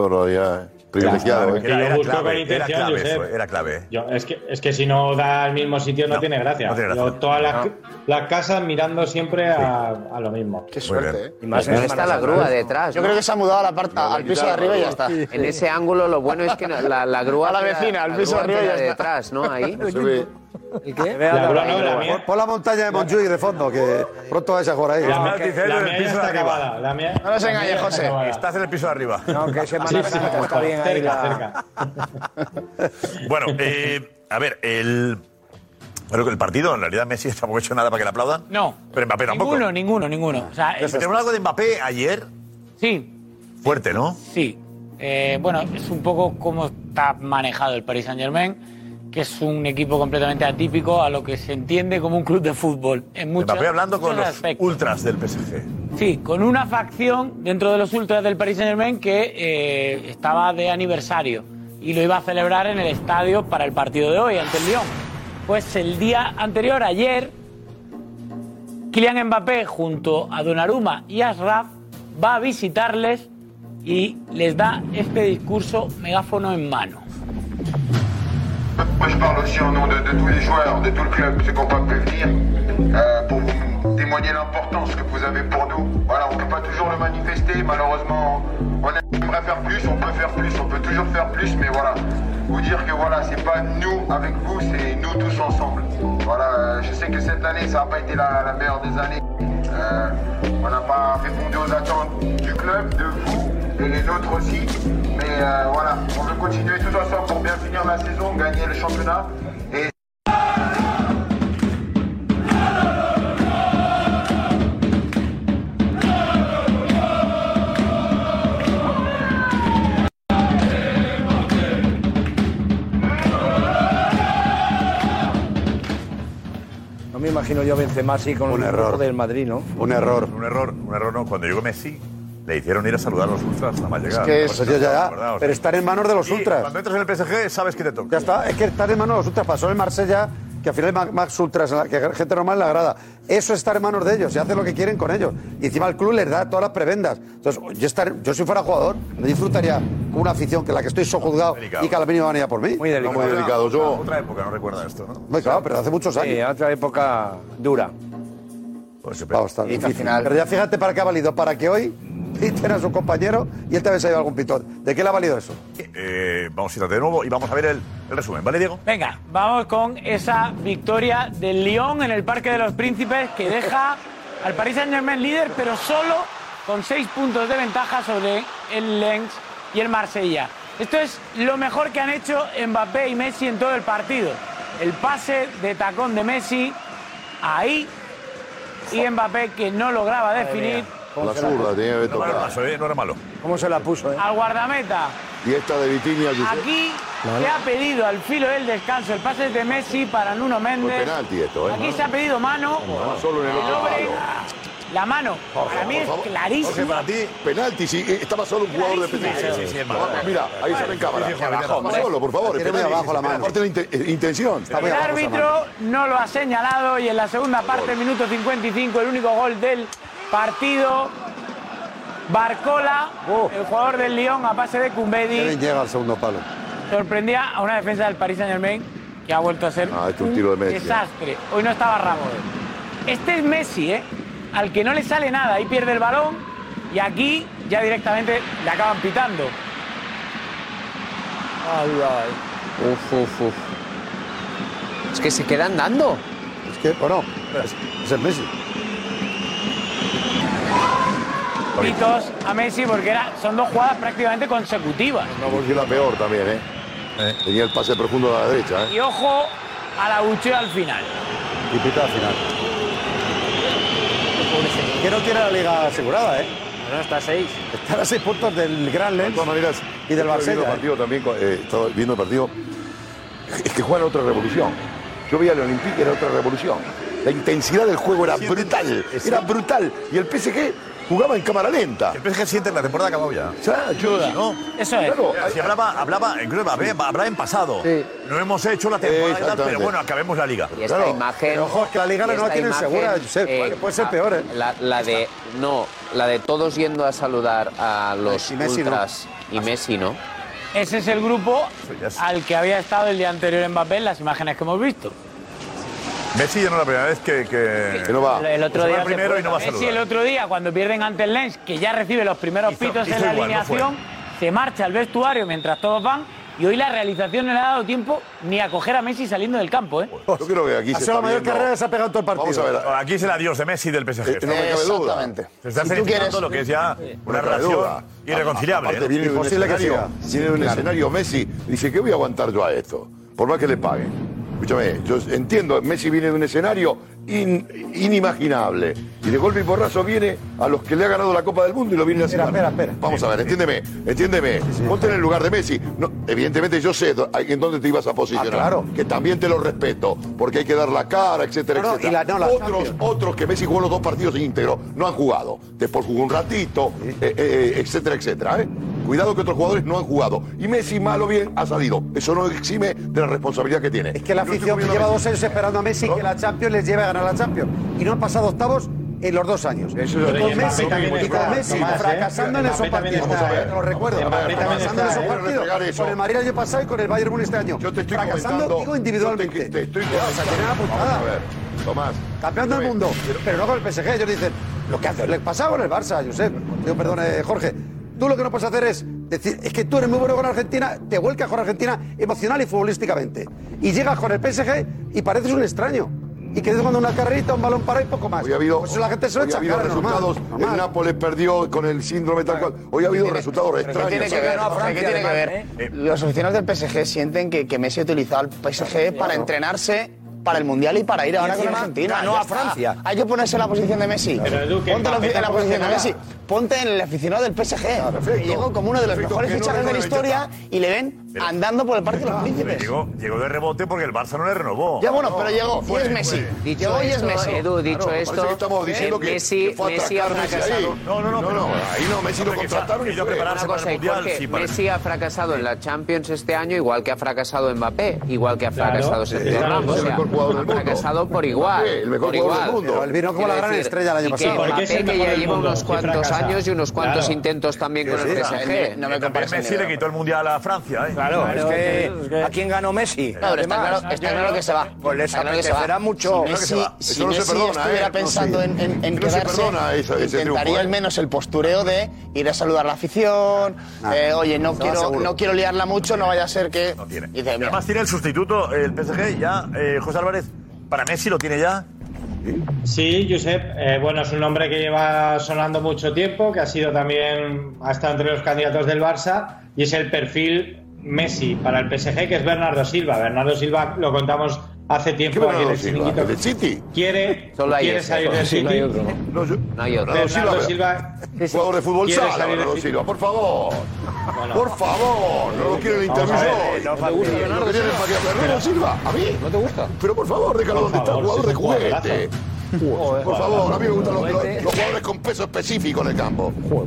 [SPEAKER 21] Privilegiado, ¿eh?
[SPEAKER 5] Era,
[SPEAKER 21] Que
[SPEAKER 5] era
[SPEAKER 21] yo busco con
[SPEAKER 5] clave, era
[SPEAKER 21] intención,
[SPEAKER 5] clave,
[SPEAKER 21] Josep.
[SPEAKER 5] eso, era clave. ¿eh?
[SPEAKER 21] Yo- es, que, es que si no da al mismo sitio no,
[SPEAKER 5] No,
[SPEAKER 21] tiene gracia.
[SPEAKER 5] no tiene gracia.
[SPEAKER 21] Yo todas las,
[SPEAKER 5] No.
[SPEAKER 21] las casas mirando siempre a, a lo mismo. Qué
[SPEAKER 1] suerte, ¿eh?
[SPEAKER 21] Y
[SPEAKER 1] más
[SPEAKER 21] en
[SPEAKER 1] en
[SPEAKER 21] Semana
[SPEAKER 1] está la
[SPEAKER 21] Santa.
[SPEAKER 1] grúa detrás. Yo creo que se ha mudado a la parte, al piso de arriba y ya está.
[SPEAKER 10] En ese ángulo lo bueno es que no- la, la grúa...
[SPEAKER 1] A la
[SPEAKER 10] queda-
[SPEAKER 1] vecina, al
[SPEAKER 10] la
[SPEAKER 1] piso
[SPEAKER 10] grúa
[SPEAKER 1] de arriba y
[SPEAKER 10] queda
[SPEAKER 1] ya está.
[SPEAKER 10] detrás, ¿no? Ahí.
[SPEAKER 13] ¿El
[SPEAKER 21] qué?
[SPEAKER 10] La grúa no, la
[SPEAKER 13] Pon, pon la montaña de Montjuic de fondo, que pronto vais a jugar ahí.
[SPEAKER 21] La, mía- la mía ya está acabada. La mía,
[SPEAKER 1] No nos
[SPEAKER 21] la mía
[SPEAKER 1] engañes,
[SPEAKER 21] ya está
[SPEAKER 1] José.
[SPEAKER 21] acabada.
[SPEAKER 5] Estás en el piso de arriba.
[SPEAKER 19] No, que Semana
[SPEAKER 21] Sí, sí,
[SPEAKER 19] Santa está bien ahí
[SPEAKER 21] cerca,
[SPEAKER 19] la-
[SPEAKER 21] cerca.
[SPEAKER 5] Bueno, eh, a ver, el. Bueno, que el partido, en realidad Messi tampoco ha hecho nada para que le aplaudan.
[SPEAKER 14] No.
[SPEAKER 5] Pero Mbappé tampoco.
[SPEAKER 14] Ninguno, ninguno, ninguno. O sea,
[SPEAKER 5] Pero tenemos algo de Mbappé ayer.
[SPEAKER 14] Sí.
[SPEAKER 5] Fuerte, ¿no?
[SPEAKER 14] Sí. Eh, bueno, es un poco cómo está manejado el Paris Saint Germain, que es un equipo completamente atípico a lo que se entiende como un club de fútbol. En muchos,
[SPEAKER 5] Mbappé hablando con
[SPEAKER 14] muchos
[SPEAKER 5] los
[SPEAKER 14] aspectos.
[SPEAKER 5] ultras del PSG.
[SPEAKER 14] Sí, con una facción dentro de los ultras del Paris Saint Germain que eh, estaba de aniversario y lo iba a celebrar en el estadio para el partido de hoy ante el Lyon. Pues el día anterior, ayer, Kylian Mbappé junto a Donnarumma y Ashraf va a visitarles y les da este discurso megáfono en mano.
[SPEAKER 2] Moi, je parle aussi au nom de, de tous les joueurs, de tout le club, ceux qui n'ont pas pu venir, euh, pour vous témoigner l'importance que vous avez pour nous. Voilà, on ne peut pas toujours le manifester, malheureusement, on aimerait faire plus, on peut faire plus, on peut toujours faire plus, mais voilà, vous dire que voilà, c'est pas nous avec vous, c'est nous tous ensemble. Voilà, euh, je sais que cette année, ça n'a pas été la, la meilleure des années. Euh, on n'a pas répondu aux attentes du club, de vous et les nôtres aussi. Mais euh, voilà, on veut continuer tous ensemble pour bien finir la saison, gagner le championnat. Et
[SPEAKER 19] No me imagino yo Benzema así con
[SPEAKER 5] Un
[SPEAKER 19] el
[SPEAKER 5] error.
[SPEAKER 19] grupo del Madrid, ¿no?
[SPEAKER 5] Un error. Un error, un error no. Cuando llegó Messi, le hicieron ir a saludar a los ultras nada más llegar.
[SPEAKER 13] que es-
[SPEAKER 5] Por eso
[SPEAKER 13] ya, ya,
[SPEAKER 5] estamos acordados.
[SPEAKER 13] pero estar en manos de los
[SPEAKER 5] Y
[SPEAKER 13] ultras.
[SPEAKER 5] Cuando entras en el PSG, sabes que te toca.
[SPEAKER 13] Ya está, es que estar en manos de los ultras. Pasó en Marsella, que al final hay ma- más ultras, en la- que gente normal en la grada. Eso es estar en manos de ellos y hacer lo que quieren con ellos. Y encima el club les da todas las prebendas. Entonces, yo, estar, yo si fuera jugador, no disfrutaría con una afición que la que estoy sojuzgado y que a la mínima van a ir a por mí.
[SPEAKER 19] Muy delicado.
[SPEAKER 13] No,
[SPEAKER 5] Yo. Otra época no recuerda esto, ¿no?
[SPEAKER 13] Muy claro, pero hace muchos años.
[SPEAKER 19] Sí, otra época dura.
[SPEAKER 13] Vamos, está difícil. Pues, Pero ya fíjate para qué ha valido. Para que hoy piten a su compañero y él también se ha llevado algún pitón. ¿De qué le ha valido eso?
[SPEAKER 5] Eh, vamos a ir de nuevo y vamos a ver el, el resumen, ¿vale, Diego?
[SPEAKER 14] Venga, vamos con esa victoria del Lyon en el Parque de los Príncipes que deja al Paris Saint-Germain líder, pero solo con seis puntos de ventaja sobre el Lens y el Marsella. Esto es lo mejor que han hecho Mbappé y Messi en todo el partido. El pase de tacón de Messi ahí y Mbappé que no lograba definir
[SPEAKER 12] La zurda tenía que haber
[SPEAKER 5] No era
[SPEAKER 12] tocado.
[SPEAKER 5] malo, eh, no era malo.
[SPEAKER 19] ¿Cómo se la puso, eh?
[SPEAKER 14] al guardameta.
[SPEAKER 12] Y esta de Vitinha, Josep.
[SPEAKER 14] Aquí
[SPEAKER 12] No,
[SPEAKER 14] le
[SPEAKER 12] no.
[SPEAKER 14] ha pedido al filo del descanso el pase de Messi para Nuno Méndez.
[SPEAKER 12] penalti esto, ¿eh?
[SPEAKER 14] Aquí se ha pedido mano.
[SPEAKER 12] No, solo en el
[SPEAKER 14] El
[SPEAKER 12] otro
[SPEAKER 14] hombre
[SPEAKER 12] palo.
[SPEAKER 14] La mano, para mí es
[SPEAKER 12] Jorge,
[SPEAKER 14] clarísima.
[SPEAKER 12] para ti, penalti. Si eh, estaba solo un jugador de
[SPEAKER 14] Clarísima.
[SPEAKER 12] penalti.
[SPEAKER 14] Sí, sí, sí, es
[SPEAKER 12] Vamos,
[SPEAKER 14] mala.
[SPEAKER 12] Mira, ahí
[SPEAKER 14] Vale.
[SPEAKER 12] se ve en cámara.
[SPEAKER 13] Sí, sí, abajo,
[SPEAKER 12] Estaba
[SPEAKER 13] hombre.
[SPEAKER 12] solo, por favor.
[SPEAKER 13] La tiene muy
[SPEAKER 12] penalti.
[SPEAKER 13] abajo la mano.
[SPEAKER 12] Aparte la inte- eh, intención.
[SPEAKER 14] El árbitro no lo ha señalado y en la segunda parte, minuto 55, el único gol del partido. Barcola, el jugador del Lyon, a pase de
[SPEAKER 13] Qué bien
[SPEAKER 14] Cumbedi,
[SPEAKER 13] llega al segundo palo.
[SPEAKER 14] sorprendía a una defensa del Paris Saint Germain que ha vuelto a ser
[SPEAKER 12] Ah, este es un tiro de Messi. eh.
[SPEAKER 14] desastre. Hoy no estaba Ramos. Este es Messi, ¿eh? Al que no le sale nada, ahí pierde el balón y aquí ya directamente le acaban pitando.
[SPEAKER 10] Uf, uf, uf. Es que se queda andando.
[SPEAKER 13] Es que, bueno, es, es el Messi.
[SPEAKER 14] Pitos a Messi porque era, son dos jugadas prácticamente consecutivas.
[SPEAKER 12] No volvió la peor también, ¿eh? Tenía el pase profundo a la derecha, ¿eh?
[SPEAKER 14] Y ojo a la buchea al final.
[SPEAKER 12] Y pita al final.
[SPEAKER 13] Que no tiene la liga asegurada, ¿eh?
[SPEAKER 14] No, está a seis.
[SPEAKER 13] Están a seis puntos del Gran Lens y del
[SPEAKER 12] Estaba viendo el
[SPEAKER 13] Barcelona.
[SPEAKER 12] partido también, con- eh, estaba viendo el partido. Es que juegan otra revolución. Yo veía al Olympique, era otra revolución. La intensidad del juego era brutal. Era brutal. Y el PSG jugaba en cámara lenta.
[SPEAKER 5] El PSG siente que la temporada ha acabado ya.
[SPEAKER 12] Ya, yo-
[SPEAKER 5] ¿no?
[SPEAKER 14] Eso es.
[SPEAKER 5] Claro, si hablaba, hablaba, creo que hablé- hablaba en pasado. No hemos hecho la temporada y tal,
[SPEAKER 12] Exactamente.
[SPEAKER 5] pero bueno, acabemos la liga.
[SPEAKER 10] Y esta imagen.
[SPEAKER 13] pero ojo, que la Liga
[SPEAKER 10] y
[SPEAKER 13] no la
[SPEAKER 10] esta
[SPEAKER 13] tienen
[SPEAKER 10] imagen,
[SPEAKER 13] segura, Josep,
[SPEAKER 10] eh,
[SPEAKER 13] que puede ser
[SPEAKER 10] la-
[SPEAKER 13] peor, ¿eh?
[SPEAKER 10] La, la de. No, la de todos yendo a saludar a los
[SPEAKER 14] Y Messi no.
[SPEAKER 10] ultras y Messi, ¿no?
[SPEAKER 14] Ese es el grupo al que había estado el día anterior Mbappé en las imágenes que hemos visto.
[SPEAKER 5] Messi ya no es la primera vez que, que, no va.
[SPEAKER 14] El, el otro
[SPEAKER 5] Se
[SPEAKER 14] día
[SPEAKER 5] va
[SPEAKER 14] se
[SPEAKER 5] primero
[SPEAKER 14] fue
[SPEAKER 5] y no va a
[SPEAKER 14] Messi
[SPEAKER 5] saludar.
[SPEAKER 14] el otro día, cuando pierden ante el Lens, que ya recibe los primeros pitos
[SPEAKER 5] hizo
[SPEAKER 14] en la
[SPEAKER 5] igual, no fue.
[SPEAKER 14] alineación, se marcha al vestuario mientras todos van. Y hoy la realización no le ha dado tiempo ni a coger a Messi saliendo del campo, ¿eh?
[SPEAKER 12] Yo creo que aquí
[SPEAKER 13] Ha sido la mayor carrera que se ha pegado en todo el partido.
[SPEAKER 5] Vamos a ver, aquí es el adiós de Messi del PSG.
[SPEAKER 12] Eh, no me cabe duda. Exactamente.
[SPEAKER 5] Se está
[SPEAKER 12] Si tú
[SPEAKER 5] felicitando
[SPEAKER 12] quieres-
[SPEAKER 5] lo que es ya una
[SPEAKER 12] No cabe duda.
[SPEAKER 5] relación irreconciliable.
[SPEAKER 12] Aparte,
[SPEAKER 5] ¿no?
[SPEAKER 12] viene de un escenario, viene de un escenario Messi. Dice, ¿qué voy a aguantar yo a esto? Por más que le paguen. Escúchame, yo entiendo, Messi viene de un escenario in- inimaginable. Y de golpe y porrazo viene a los que le ha ganado la Copa del Mundo y lo viene a hacer. Espera, espera, Vamos a ver, entiéndeme, entiéndeme. Ponte en el lugar de Messi. No, evidentemente yo sé do- en dónde te ibas
[SPEAKER 13] Ah,
[SPEAKER 12] a posicionar. claro. Que también te lo respeto, porque hay que dar la cara, etcétera,
[SPEAKER 13] No, no,
[SPEAKER 12] etcétera.
[SPEAKER 13] y la- no, la
[SPEAKER 12] Otros otros que Messi jugó los dos partidos íntegros, no han jugado. Después jugó un ratito, eh, eh, etcétera, etcétera. ¿eh? Cuidado que otros jugadores no han jugado. Y Messi, malo bien, ha salido. Eso no exime de la responsabilidad que tiene.
[SPEAKER 13] Es que la afición lleva dos años esperando a Messi que la Champions les lleve a ganar la Champions. Y no han pasado octavos en los dos años.
[SPEAKER 12] es
[SPEAKER 13] y
[SPEAKER 12] verdad.
[SPEAKER 13] con
[SPEAKER 12] Pero
[SPEAKER 13] Messi,
[SPEAKER 12] Mbappé también
[SPEAKER 13] y con
[SPEAKER 12] está,
[SPEAKER 13] Messi
[SPEAKER 12] Tomás, ¿eh?
[SPEAKER 13] fracasando en
[SPEAKER 12] Mbappé
[SPEAKER 13] esos
[SPEAKER 12] también
[SPEAKER 13] partidos.
[SPEAKER 12] está,
[SPEAKER 13] eh,
[SPEAKER 12] ¿eh?
[SPEAKER 13] Te lo recuerdo.
[SPEAKER 12] Mbappé también
[SPEAKER 13] Fracasando
[SPEAKER 12] está,
[SPEAKER 13] en esos
[SPEAKER 12] ¿eh? No renegar
[SPEAKER 13] partidos.
[SPEAKER 12] eso.
[SPEAKER 13] Con el Madrid el año pasado y con el Bayern Múnich este año. Yo te estoy Fracasando,
[SPEAKER 12] comentando-
[SPEAKER 13] digo, individualmente.
[SPEAKER 12] Te estoy
[SPEAKER 13] O sea, tiene la
[SPEAKER 12] comentando.
[SPEAKER 13] putada.
[SPEAKER 12] Vamos a ver, Tomás.
[SPEAKER 13] Campeón del mundo. Pero no con el PSG. Ellos dicen, lo que hace, le pasaba con el Barça, Josep. Digo, perdón, eh, Jorge. Tú lo que no puedes hacer es decir, es que tú eres muy bueno con Argentina, te vuelcas con Argentina emocional y futbolísticamente. Y llegas con el PSG y pareces un extraño. Y quedas jugando una carrerita, un balón para y poco más.
[SPEAKER 12] Hoy ha habido,
[SPEAKER 13] Pues la gente se lo
[SPEAKER 12] hoy ha
[SPEAKER 13] echa en
[SPEAKER 12] habido
[SPEAKER 13] cara, normal,
[SPEAKER 12] resultados.
[SPEAKER 13] normal. Ah,
[SPEAKER 12] El Nápoles perdió con el síndrome tal cual. Hoy ha habido resultados
[SPEAKER 1] ¿Pero
[SPEAKER 12] extraños.
[SPEAKER 1] ¿Qué tiene que ver? Jorge? ¿Qué tiene que ver? Los aficionados del PSG sienten que, que Messi ha utilizado al PSG para entrenarse para el Mundial y para ir ahora con
[SPEAKER 21] encima
[SPEAKER 1] Argentina.
[SPEAKER 21] ganó
[SPEAKER 1] Ya
[SPEAKER 21] a
[SPEAKER 1] está.
[SPEAKER 21] Francia.
[SPEAKER 1] Hay que ponerse en la posición de Messi.
[SPEAKER 21] Pero, Edu, que
[SPEAKER 1] Ponte en la-
[SPEAKER 21] Mbappé
[SPEAKER 1] en la
[SPEAKER 21] tampoco
[SPEAKER 1] posición de
[SPEAKER 21] hace
[SPEAKER 1] Messi. Ponte en el aficionado del PSG. Llegó como uno de los
[SPEAKER 5] Perfecto,
[SPEAKER 1] mejores
[SPEAKER 5] que no
[SPEAKER 1] fichajes de la
[SPEAKER 5] renueve, ya
[SPEAKER 1] historia y le ven andando por el Parque de los Príncipes.
[SPEAKER 5] Llegó, llegó de rebote porque el Barça no le renovó.
[SPEAKER 1] Ya bueno, pero llegó. Y es Messi.
[SPEAKER 10] Dicho
[SPEAKER 1] Llegó y es
[SPEAKER 10] esto,
[SPEAKER 1] Messi.
[SPEAKER 10] Edu, dicho
[SPEAKER 1] Claro,
[SPEAKER 10] esto,
[SPEAKER 1] parece que estamos
[SPEAKER 10] eh,
[SPEAKER 1] diciendo que-
[SPEAKER 10] Messi,
[SPEAKER 1] que fue a
[SPEAKER 10] Messi ha
[SPEAKER 1] atracar Messi
[SPEAKER 10] fracasado.
[SPEAKER 1] ahí. No, no, no, pero-
[SPEAKER 12] ahí no, Messi lo
[SPEAKER 10] Hombre, que
[SPEAKER 12] contrataron
[SPEAKER 10] fra-
[SPEAKER 12] y fue.
[SPEAKER 10] Una cosa, y Jorge, Messi ha fracasado en la Champions este año, igual que ha fracasado Mbappé, igual que ha
[SPEAKER 12] Claro.
[SPEAKER 10] fracasado
[SPEAKER 12] Sí,
[SPEAKER 10] Sergio
[SPEAKER 12] claro,
[SPEAKER 10] Ramos.
[SPEAKER 12] es el
[SPEAKER 10] O sea,
[SPEAKER 12] mejor jugador
[SPEAKER 10] ha
[SPEAKER 12] del mundo.
[SPEAKER 10] fracasado por igual.
[SPEAKER 12] Mbappé, el mejor
[SPEAKER 10] por
[SPEAKER 12] jugador
[SPEAKER 10] igual.
[SPEAKER 12] del mundo. Pero él vino como
[SPEAKER 10] Quiero
[SPEAKER 12] la gran estrella el año
[SPEAKER 10] y que
[SPEAKER 12] pasado. ¿Por qué es el
[SPEAKER 10] Mbappé, que
[SPEAKER 12] mejor
[SPEAKER 10] ya
[SPEAKER 12] del
[SPEAKER 10] lleva
[SPEAKER 12] mundo?
[SPEAKER 10] unos
[SPEAKER 12] Si
[SPEAKER 10] cuantos
[SPEAKER 12] fracasa.
[SPEAKER 10] años y unos cuantos
[SPEAKER 12] Claro.
[SPEAKER 10] intentos también
[SPEAKER 12] Sí,
[SPEAKER 10] con el
[SPEAKER 12] sí,
[SPEAKER 10] PSG.
[SPEAKER 12] no me
[SPEAKER 10] Eh,
[SPEAKER 12] compares
[SPEAKER 10] también
[SPEAKER 5] Messi le quitó el mundial a Francia, ¿eh?
[SPEAKER 10] Claro,
[SPEAKER 5] Claro,
[SPEAKER 10] es que-
[SPEAKER 5] que-
[SPEAKER 10] ¿a quién ganó Messi?
[SPEAKER 1] Claro, pero está claro, está claro que se va.
[SPEAKER 10] Pues les
[SPEAKER 1] Está claro que se va.
[SPEAKER 10] apetecerá mucho.
[SPEAKER 1] Si
[SPEAKER 10] Claro que
[SPEAKER 1] Messi,
[SPEAKER 10] se va.
[SPEAKER 1] si
[SPEAKER 10] Eso no se
[SPEAKER 1] Messi
[SPEAKER 10] perdona,
[SPEAKER 1] estuviera
[SPEAKER 10] ¿eh? No,
[SPEAKER 1] pensando
[SPEAKER 10] sí.
[SPEAKER 1] en, en- en
[SPEAKER 10] No se
[SPEAKER 1] quedarse,
[SPEAKER 10] perdona esa- ese
[SPEAKER 1] intentaría
[SPEAKER 10] triunfo, ¿eh?
[SPEAKER 1] al menos el postureo de ir a saludar a la afición. eh, oye, no
[SPEAKER 5] No,
[SPEAKER 1] quiero,
[SPEAKER 5] seguro.
[SPEAKER 1] no quiero liarla mucho, no vaya a ser que. No tiene.
[SPEAKER 5] Y además tiene el sustituto, el PSG, ya, eh, José Álvarez, para Messi lo tiene ya.
[SPEAKER 21] Sí, Josep, eh, bueno, es un nombre que lleva sonando mucho tiempo, que ha sido también, ha estado entre los candidatos del Barça, y es el perfil Messi para el PSG, que es Bernardo Silva. Bernardo Silva lo contamos hace tiempo aquí en el chiringuito.
[SPEAKER 12] ¿El City?
[SPEAKER 21] Quiere, quiere salir del City.
[SPEAKER 12] No, yo- Bernardo
[SPEAKER 21] Bernardo
[SPEAKER 12] Silva,
[SPEAKER 21] Silva,
[SPEAKER 12] jugador de fútbol
[SPEAKER 21] quiere
[SPEAKER 12] sala,
[SPEAKER 21] salir
[SPEAKER 12] Bernardo
[SPEAKER 21] del City.
[SPEAKER 12] Silva, por favor. Por favor, no lo quiero en el
[SPEAKER 21] Vamos a
[SPEAKER 12] interview.
[SPEAKER 21] ver, no
[SPEAKER 12] No
[SPEAKER 21] fastidies.
[SPEAKER 12] te gusta, Bernardo Silva, a mí. ¿No te gusta? Pero por favor, déjalo donde está, jugador de juguete. Por favor, a mí me gustan los, los- los jugadores con peso específico en el campo. Eh, oh,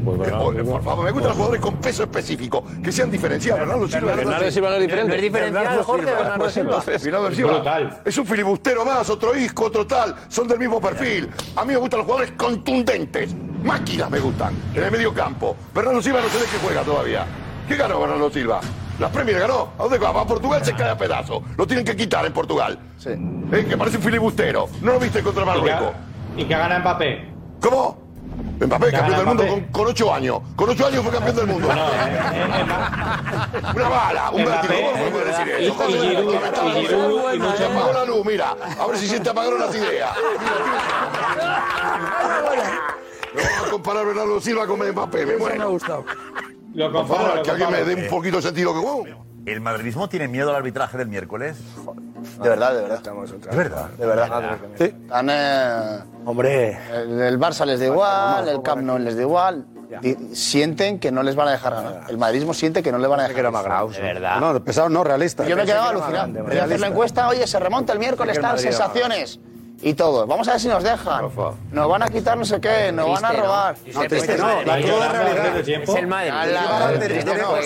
[SPEAKER 12] eh, por favor, me gustan los jugadores con peso específico, que sean diferenciados. Bernardo Silva.
[SPEAKER 18] Bernardo Silva no es diferente. No es diferenciado, Jorge, Bernardo Silva.
[SPEAKER 12] Pues Entonces,
[SPEAKER 18] Es
[SPEAKER 12] Silva.
[SPEAKER 18] brutal.
[SPEAKER 12] Es un filibustero más, otro isco, otro tal. Son del mismo perfil. A mí me gustan los jugadores contundentes. Máquinas me gustan. En el medio campo. Bernardo Silva no sé de qué juega todavía. ¿Qué ganó Bernardo Silva? La Premier ganó. ¿A dónde va? Va a Portugal, se cae a pedazos. Lo tienen que quitar en Portugal. Sí. que parece un filibustero. ¿No lo viste contra Marruecos?
[SPEAKER 21] ¿Y que gana Mbappé?
[SPEAKER 12] ¿Cómo?
[SPEAKER 21] Ya
[SPEAKER 12] Mbappé, campeón del
[SPEAKER 21] gana
[SPEAKER 12] mundo con,
[SPEAKER 21] Mbappé.
[SPEAKER 12] con ocho años. Con ocho años fue campeón del mundo. Una bala, un
[SPEAKER 7] Mbappé,
[SPEAKER 12] vértigo. ¿Cómo
[SPEAKER 7] es
[SPEAKER 12] se puede
[SPEAKER 7] verdad.
[SPEAKER 12] decir
[SPEAKER 7] Y-
[SPEAKER 12] eso?
[SPEAKER 7] y Giroud, y Giroud, y mucho
[SPEAKER 12] Se apagó
[SPEAKER 7] más.
[SPEAKER 12] eh, la luz, mira. A ver si se te apagaron las ideas. No vamos a comparar Bernardo Silva con Mbappé. Me muero. me ha gustado.
[SPEAKER 21] Lo
[SPEAKER 12] Por favor, que alguien me dé un
[SPEAKER 5] Eh,
[SPEAKER 12] poquito de sentido común.
[SPEAKER 5] ¿El madridismo tiene miedo al arbitraje del miércoles?
[SPEAKER 1] De verdad, de verdad.
[SPEAKER 5] ¿De verdad?
[SPEAKER 1] De verdad. Están, eh, Hombre. El, el Barça les da igual, el Camp Nou les da igual. Di- Sienten que no les van a dejar ganar. El madridismo siente que no le van a dejar ganar.
[SPEAKER 13] De verdad. No, pesado no, realista.
[SPEAKER 1] Yo me he quedado alucinado. Voy a hacer la encuesta, oye, se remonta el miércoles,
[SPEAKER 13] Pensé que
[SPEAKER 1] tal,
[SPEAKER 13] el Madrid iba a ganar.
[SPEAKER 1] sensaciones y todo. Vamos a ver si nos dejan. Nos van a quitar no sé qué, nos van a
[SPEAKER 13] Triste, ¿no?
[SPEAKER 1] robar.
[SPEAKER 13] No, triste no,
[SPEAKER 1] Va
[SPEAKER 13] la cruda realidad.
[SPEAKER 5] Es el Madrid.
[SPEAKER 1] A la
[SPEAKER 5] Es
[SPEAKER 1] madre,
[SPEAKER 5] el Madrid.
[SPEAKER 1] triste no, esta no, bueno.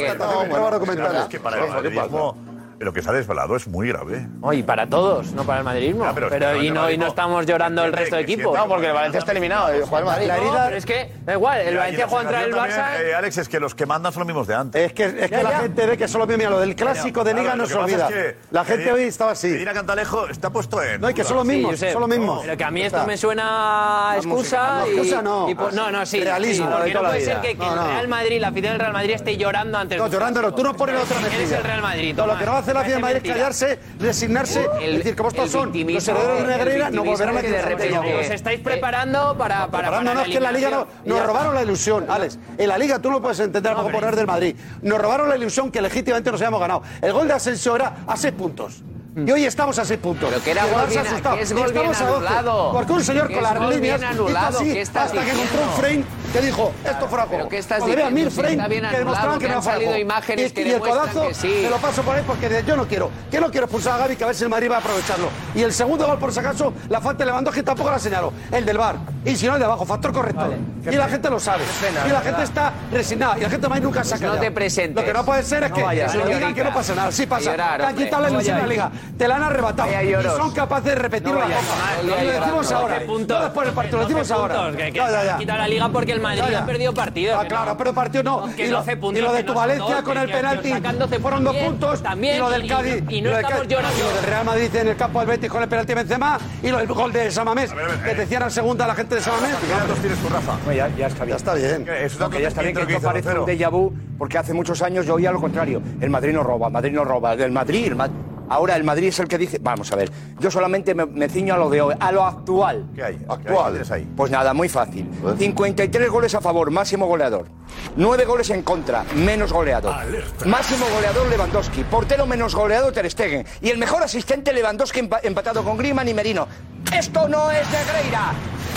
[SPEAKER 5] Es que para el madridismo lo que se ha desvelado es muy grave. Ah,
[SPEAKER 9] No, y para todos, no para el madridismo. pero y, no, y no estamos llorando el resto de equipos.
[SPEAKER 5] No, porque el Valencia está eliminado,
[SPEAKER 9] eh,
[SPEAKER 1] eh,
[SPEAKER 5] el juega el Madrid.
[SPEAKER 9] La herida... pero es que, da igual, el
[SPEAKER 5] Y la
[SPEAKER 9] Valencia juega contra el
[SPEAKER 5] sensación
[SPEAKER 9] Barça.
[SPEAKER 5] también, eh, Alex, es que los que mandan son los mismos de antes.
[SPEAKER 13] Es que, es que la gente ve que solo mira lo del clásico de Liga
[SPEAKER 5] Claro,
[SPEAKER 13] no
[SPEAKER 5] lo
[SPEAKER 13] se
[SPEAKER 5] que pasa
[SPEAKER 13] olvida.
[SPEAKER 5] es que
[SPEAKER 13] la gente
[SPEAKER 5] Medina-
[SPEAKER 13] hoy estaba así.
[SPEAKER 5] Medina Cantalejo está puesto en.
[SPEAKER 13] No, y que son los mismos,
[SPEAKER 9] Josep,
[SPEAKER 13] son los mismos.
[SPEAKER 9] Pero que a mí
[SPEAKER 13] Ya
[SPEAKER 9] esto
[SPEAKER 13] está.
[SPEAKER 9] me suena a
[SPEAKER 13] La
[SPEAKER 9] excusa.
[SPEAKER 13] música, no,
[SPEAKER 9] y-
[SPEAKER 13] excusa no.
[SPEAKER 9] y por- no, no, sí.
[SPEAKER 13] Realismo,
[SPEAKER 9] sí,
[SPEAKER 13] lo de
[SPEAKER 9] porque no
[SPEAKER 13] toda la
[SPEAKER 9] puede ser
[SPEAKER 13] vida.
[SPEAKER 9] que, que
[SPEAKER 13] No,
[SPEAKER 9] el
[SPEAKER 13] no.
[SPEAKER 9] Real Madrid, la afición del Real Madrid, esté llorando antes
[SPEAKER 13] No, llorando no, tú no pones la otra
[SPEAKER 9] Eres
[SPEAKER 13] mejilla.
[SPEAKER 9] el Real Madrid.
[SPEAKER 13] No, lo
[SPEAKER 9] toma,
[SPEAKER 13] que no hace
[SPEAKER 9] parece
[SPEAKER 13] la ciudad de Madrid es
[SPEAKER 9] mentira.
[SPEAKER 13] callarse, resignarse,
[SPEAKER 9] El-
[SPEAKER 13] decir como estos
[SPEAKER 9] el
[SPEAKER 13] son los
[SPEAKER 9] victimismo,
[SPEAKER 13] herederos de
[SPEAKER 9] el
[SPEAKER 13] Negreira, no
[SPEAKER 9] victimismo
[SPEAKER 13] volverán a
[SPEAKER 9] que
[SPEAKER 13] meter
[SPEAKER 9] de
[SPEAKER 13] esa
[SPEAKER 9] repente
[SPEAKER 13] botella.
[SPEAKER 9] Os estáis preparando para. para
[SPEAKER 13] Preparándonos
[SPEAKER 9] para
[SPEAKER 13] que en la Liga no- nos
[SPEAKER 9] ya.
[SPEAKER 13] robaron la ilusión, Alex. En la Liga tú lo puedes entender, a lo mejor poner del Madrid. Nos robaron la ilusión que legítimamente nos habíamos ganado. El gol de Asensio era a seis puntos. Y hoy estamos a seis puntos.
[SPEAKER 10] Mm. Pero que era
[SPEAKER 13] Y el
[SPEAKER 10] gol
[SPEAKER 13] Barça
[SPEAKER 10] bien-
[SPEAKER 13] asustado.
[SPEAKER 10] que es
[SPEAKER 13] Y
[SPEAKER 10] gol bien
[SPEAKER 13] estamos a doce.
[SPEAKER 10] anulado.
[SPEAKER 13] Porque un señor
[SPEAKER 10] Que
[SPEAKER 13] con
[SPEAKER 10] es
[SPEAKER 13] las
[SPEAKER 10] gol bien
[SPEAKER 13] líneas hizo
[SPEAKER 10] anulado.
[SPEAKER 13] así
[SPEAKER 10] ¿Qué estás
[SPEAKER 13] hasta que
[SPEAKER 10] diciendo?
[SPEAKER 13] encontró un frame que dijo, esto fuera
[SPEAKER 10] Pero
[SPEAKER 13] gol.
[SPEAKER 10] ¿qué estás
[SPEAKER 13] Cuando había
[SPEAKER 10] diciendo?
[SPEAKER 13] mil
[SPEAKER 10] Si
[SPEAKER 13] frames
[SPEAKER 10] está bien
[SPEAKER 13] que
[SPEAKER 10] anulado,
[SPEAKER 13] demostraban
[SPEAKER 10] que
[SPEAKER 13] que no
[SPEAKER 10] han
[SPEAKER 13] fuera
[SPEAKER 10] salido
[SPEAKER 13] gol.
[SPEAKER 10] imágenes
[SPEAKER 13] Y-
[SPEAKER 10] que
[SPEAKER 13] y el
[SPEAKER 10] demuestran
[SPEAKER 13] codazo
[SPEAKER 10] que sí.
[SPEAKER 13] se lo paso por ahí porque de- yo no quiero. Que no quiero expulsar a Gaby, que a ver si el Madrid va a aprovecharlo. Y el segundo gol, por si acaso, la falta de Lewandowski tampoco la señaló. El del bar. Y si no, el de abajo, factor correcto. Y la gente lo sabe.
[SPEAKER 10] pena,
[SPEAKER 13] y la
[SPEAKER 10] ¿verdad?
[SPEAKER 13] gente está resignada. Y la gente de Madrid nunca se ha
[SPEAKER 10] Pues no
[SPEAKER 13] callado.
[SPEAKER 10] te presentes.
[SPEAKER 13] Lo que no puede ser es
[SPEAKER 10] No
[SPEAKER 13] que
[SPEAKER 10] vayas,
[SPEAKER 13] se lo
[SPEAKER 10] no
[SPEAKER 13] digan que
[SPEAKER 10] llorica.
[SPEAKER 13] no pasa nada. Sí pasa.
[SPEAKER 10] A llorar,
[SPEAKER 13] te han
[SPEAKER 10] hombre.
[SPEAKER 13] quitado la
[SPEAKER 10] No
[SPEAKER 13] ilusión de la
[SPEAKER 10] vaya
[SPEAKER 13] liga. Te la han arrebatado.
[SPEAKER 10] Vaya
[SPEAKER 13] Y
[SPEAKER 10] lloros.
[SPEAKER 13] son capaces de repetir
[SPEAKER 10] No
[SPEAKER 13] la
[SPEAKER 10] vayas
[SPEAKER 13] copa.
[SPEAKER 10] mal,
[SPEAKER 13] Lo
[SPEAKER 10] vaya
[SPEAKER 13] decimos
[SPEAKER 10] llorando.
[SPEAKER 13] ahora.
[SPEAKER 10] Doce puntos.
[SPEAKER 13] No después del partido, lo decimos
[SPEAKER 9] Doce
[SPEAKER 13] ahora.
[SPEAKER 9] puntos, que- que
[SPEAKER 13] Ya, ya,
[SPEAKER 9] se
[SPEAKER 13] ya.
[SPEAKER 9] ha quitado la liga porque el Madrid
[SPEAKER 13] Ya, ya.
[SPEAKER 9] ha perdido partidos,
[SPEAKER 13] Ah,
[SPEAKER 9] que
[SPEAKER 13] claro,
[SPEAKER 9] no.
[SPEAKER 13] pero partido no.
[SPEAKER 9] Que
[SPEAKER 13] y lo,
[SPEAKER 9] 12
[SPEAKER 13] y
[SPEAKER 9] puntos,
[SPEAKER 13] lo de
[SPEAKER 9] que
[SPEAKER 13] tu
[SPEAKER 9] no,
[SPEAKER 13] Valencia
[SPEAKER 9] no,
[SPEAKER 13] con
[SPEAKER 9] que-
[SPEAKER 13] el
[SPEAKER 9] que-
[SPEAKER 13] penalti
[SPEAKER 9] que os sacan 12
[SPEAKER 13] fueron dos
[SPEAKER 9] también,
[SPEAKER 13] puntos.
[SPEAKER 9] también,
[SPEAKER 13] y lo del
[SPEAKER 9] y-
[SPEAKER 13] Cádiz.
[SPEAKER 9] y no
[SPEAKER 13] lo del
[SPEAKER 9] estamos
[SPEAKER 13] Cádiz.
[SPEAKER 9] llorando.
[SPEAKER 13] Y lo del Real Madrid en el campo del Betis con el penalti de Benzema. Y lo del gol de Samamés. Que te cierran segunda la gente de Samamés.
[SPEAKER 5] ¿Cuántos eh. tienes tú, Rafa?
[SPEAKER 3] Ya, ya está bien.
[SPEAKER 13] Ya está bien.
[SPEAKER 3] No, que ya está bien que esto
[SPEAKER 5] hizo
[SPEAKER 3] parece un déjà vu, porque hace muchos años yo oía lo contrario. El Madrid no roba, el Madrid no roba, el Madrid, el Ma- Ahora el Madrid es el que dice, vamos a ver, yo solamente me, me ciño a lo de hoy, a lo actual.
[SPEAKER 5] ¿Qué hay?
[SPEAKER 3] ¿Actual? Pues nada, muy fácil. 53 goles a favor, máximo goleador. 9 goles en contra, menos goleador.
[SPEAKER 7] Alerta.
[SPEAKER 3] Máximo goleador Lewandowski, portero menos goleado Ter Stegen y el mejor asistente Lewandowski empa- empatado con Griezmann y Merino. Esto no es de Negreira.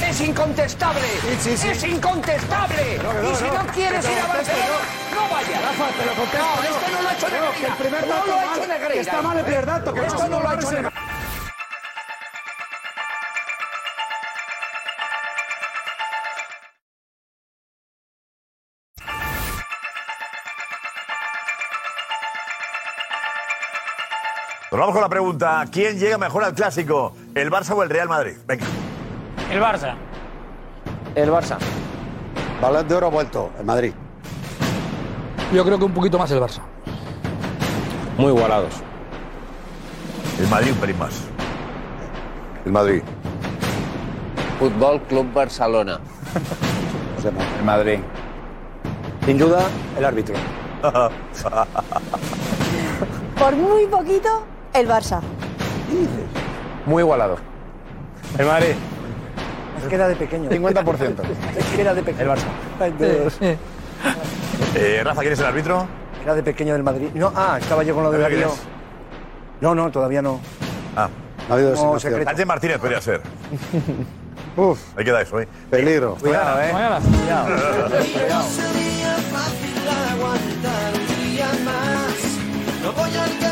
[SPEAKER 3] Es incontestable. Es incontestable.
[SPEAKER 7] No, que no,
[SPEAKER 3] y si
[SPEAKER 7] no.
[SPEAKER 3] no, quieres
[SPEAKER 7] Que te
[SPEAKER 3] ir a
[SPEAKER 7] contesto
[SPEAKER 3] Barcelona, no, vayas.
[SPEAKER 7] Rafa, te lo contesto
[SPEAKER 3] No,
[SPEAKER 7] yo.
[SPEAKER 3] esto no lo ha hecho
[SPEAKER 7] No,
[SPEAKER 3] Negreira.
[SPEAKER 7] que el primer
[SPEAKER 3] no
[SPEAKER 7] dato
[SPEAKER 3] lo ha
[SPEAKER 7] mal,
[SPEAKER 3] hecho Negreira.
[SPEAKER 7] que está mal el primer dato, que
[SPEAKER 3] esto
[SPEAKER 7] no,
[SPEAKER 3] no lo ha hecho Negreira.
[SPEAKER 5] Nos vamos con la pregunta: ¿quién llega mejor al clásico? ¿El Barça o el Real Madrid? Venga.
[SPEAKER 14] El Barça.
[SPEAKER 16] El Barça.
[SPEAKER 13] Balón de oro vuelto en Madrid.
[SPEAKER 8] Yo creo que un poquito más el Barça.
[SPEAKER 18] Muy igualados.
[SPEAKER 5] El Madrid un pelín más.
[SPEAKER 12] El Madrid.
[SPEAKER 10] Fútbol Club Barcelona.
[SPEAKER 3] El Madrid. Sin duda, el árbitro.
[SPEAKER 6] Por muy poquito, el Barça.
[SPEAKER 15] Muy igualado. El Madrid.
[SPEAKER 19] Es que era de pequeño.
[SPEAKER 15] 50%.
[SPEAKER 19] Es que era de pequeño. El Barça.
[SPEAKER 5] Eh, Rafa, ¿quién es el árbitro?
[SPEAKER 19] Era de pequeño del Madrid. No, ah, estaba yo con lo de
[SPEAKER 5] ¿Verdad que
[SPEAKER 19] Darío.
[SPEAKER 5] eres?
[SPEAKER 19] No, no, todavía no.
[SPEAKER 5] Ah.
[SPEAKER 19] Ha habido designación. secreto.
[SPEAKER 5] Sánchez Martínez podría ser.
[SPEAKER 13] Uf.
[SPEAKER 5] Ahí queda eso, ¿eh?
[SPEAKER 13] Peligro.
[SPEAKER 19] Cuidado, eh.
[SPEAKER 7] No sería fácil aguantar un día más. No voy a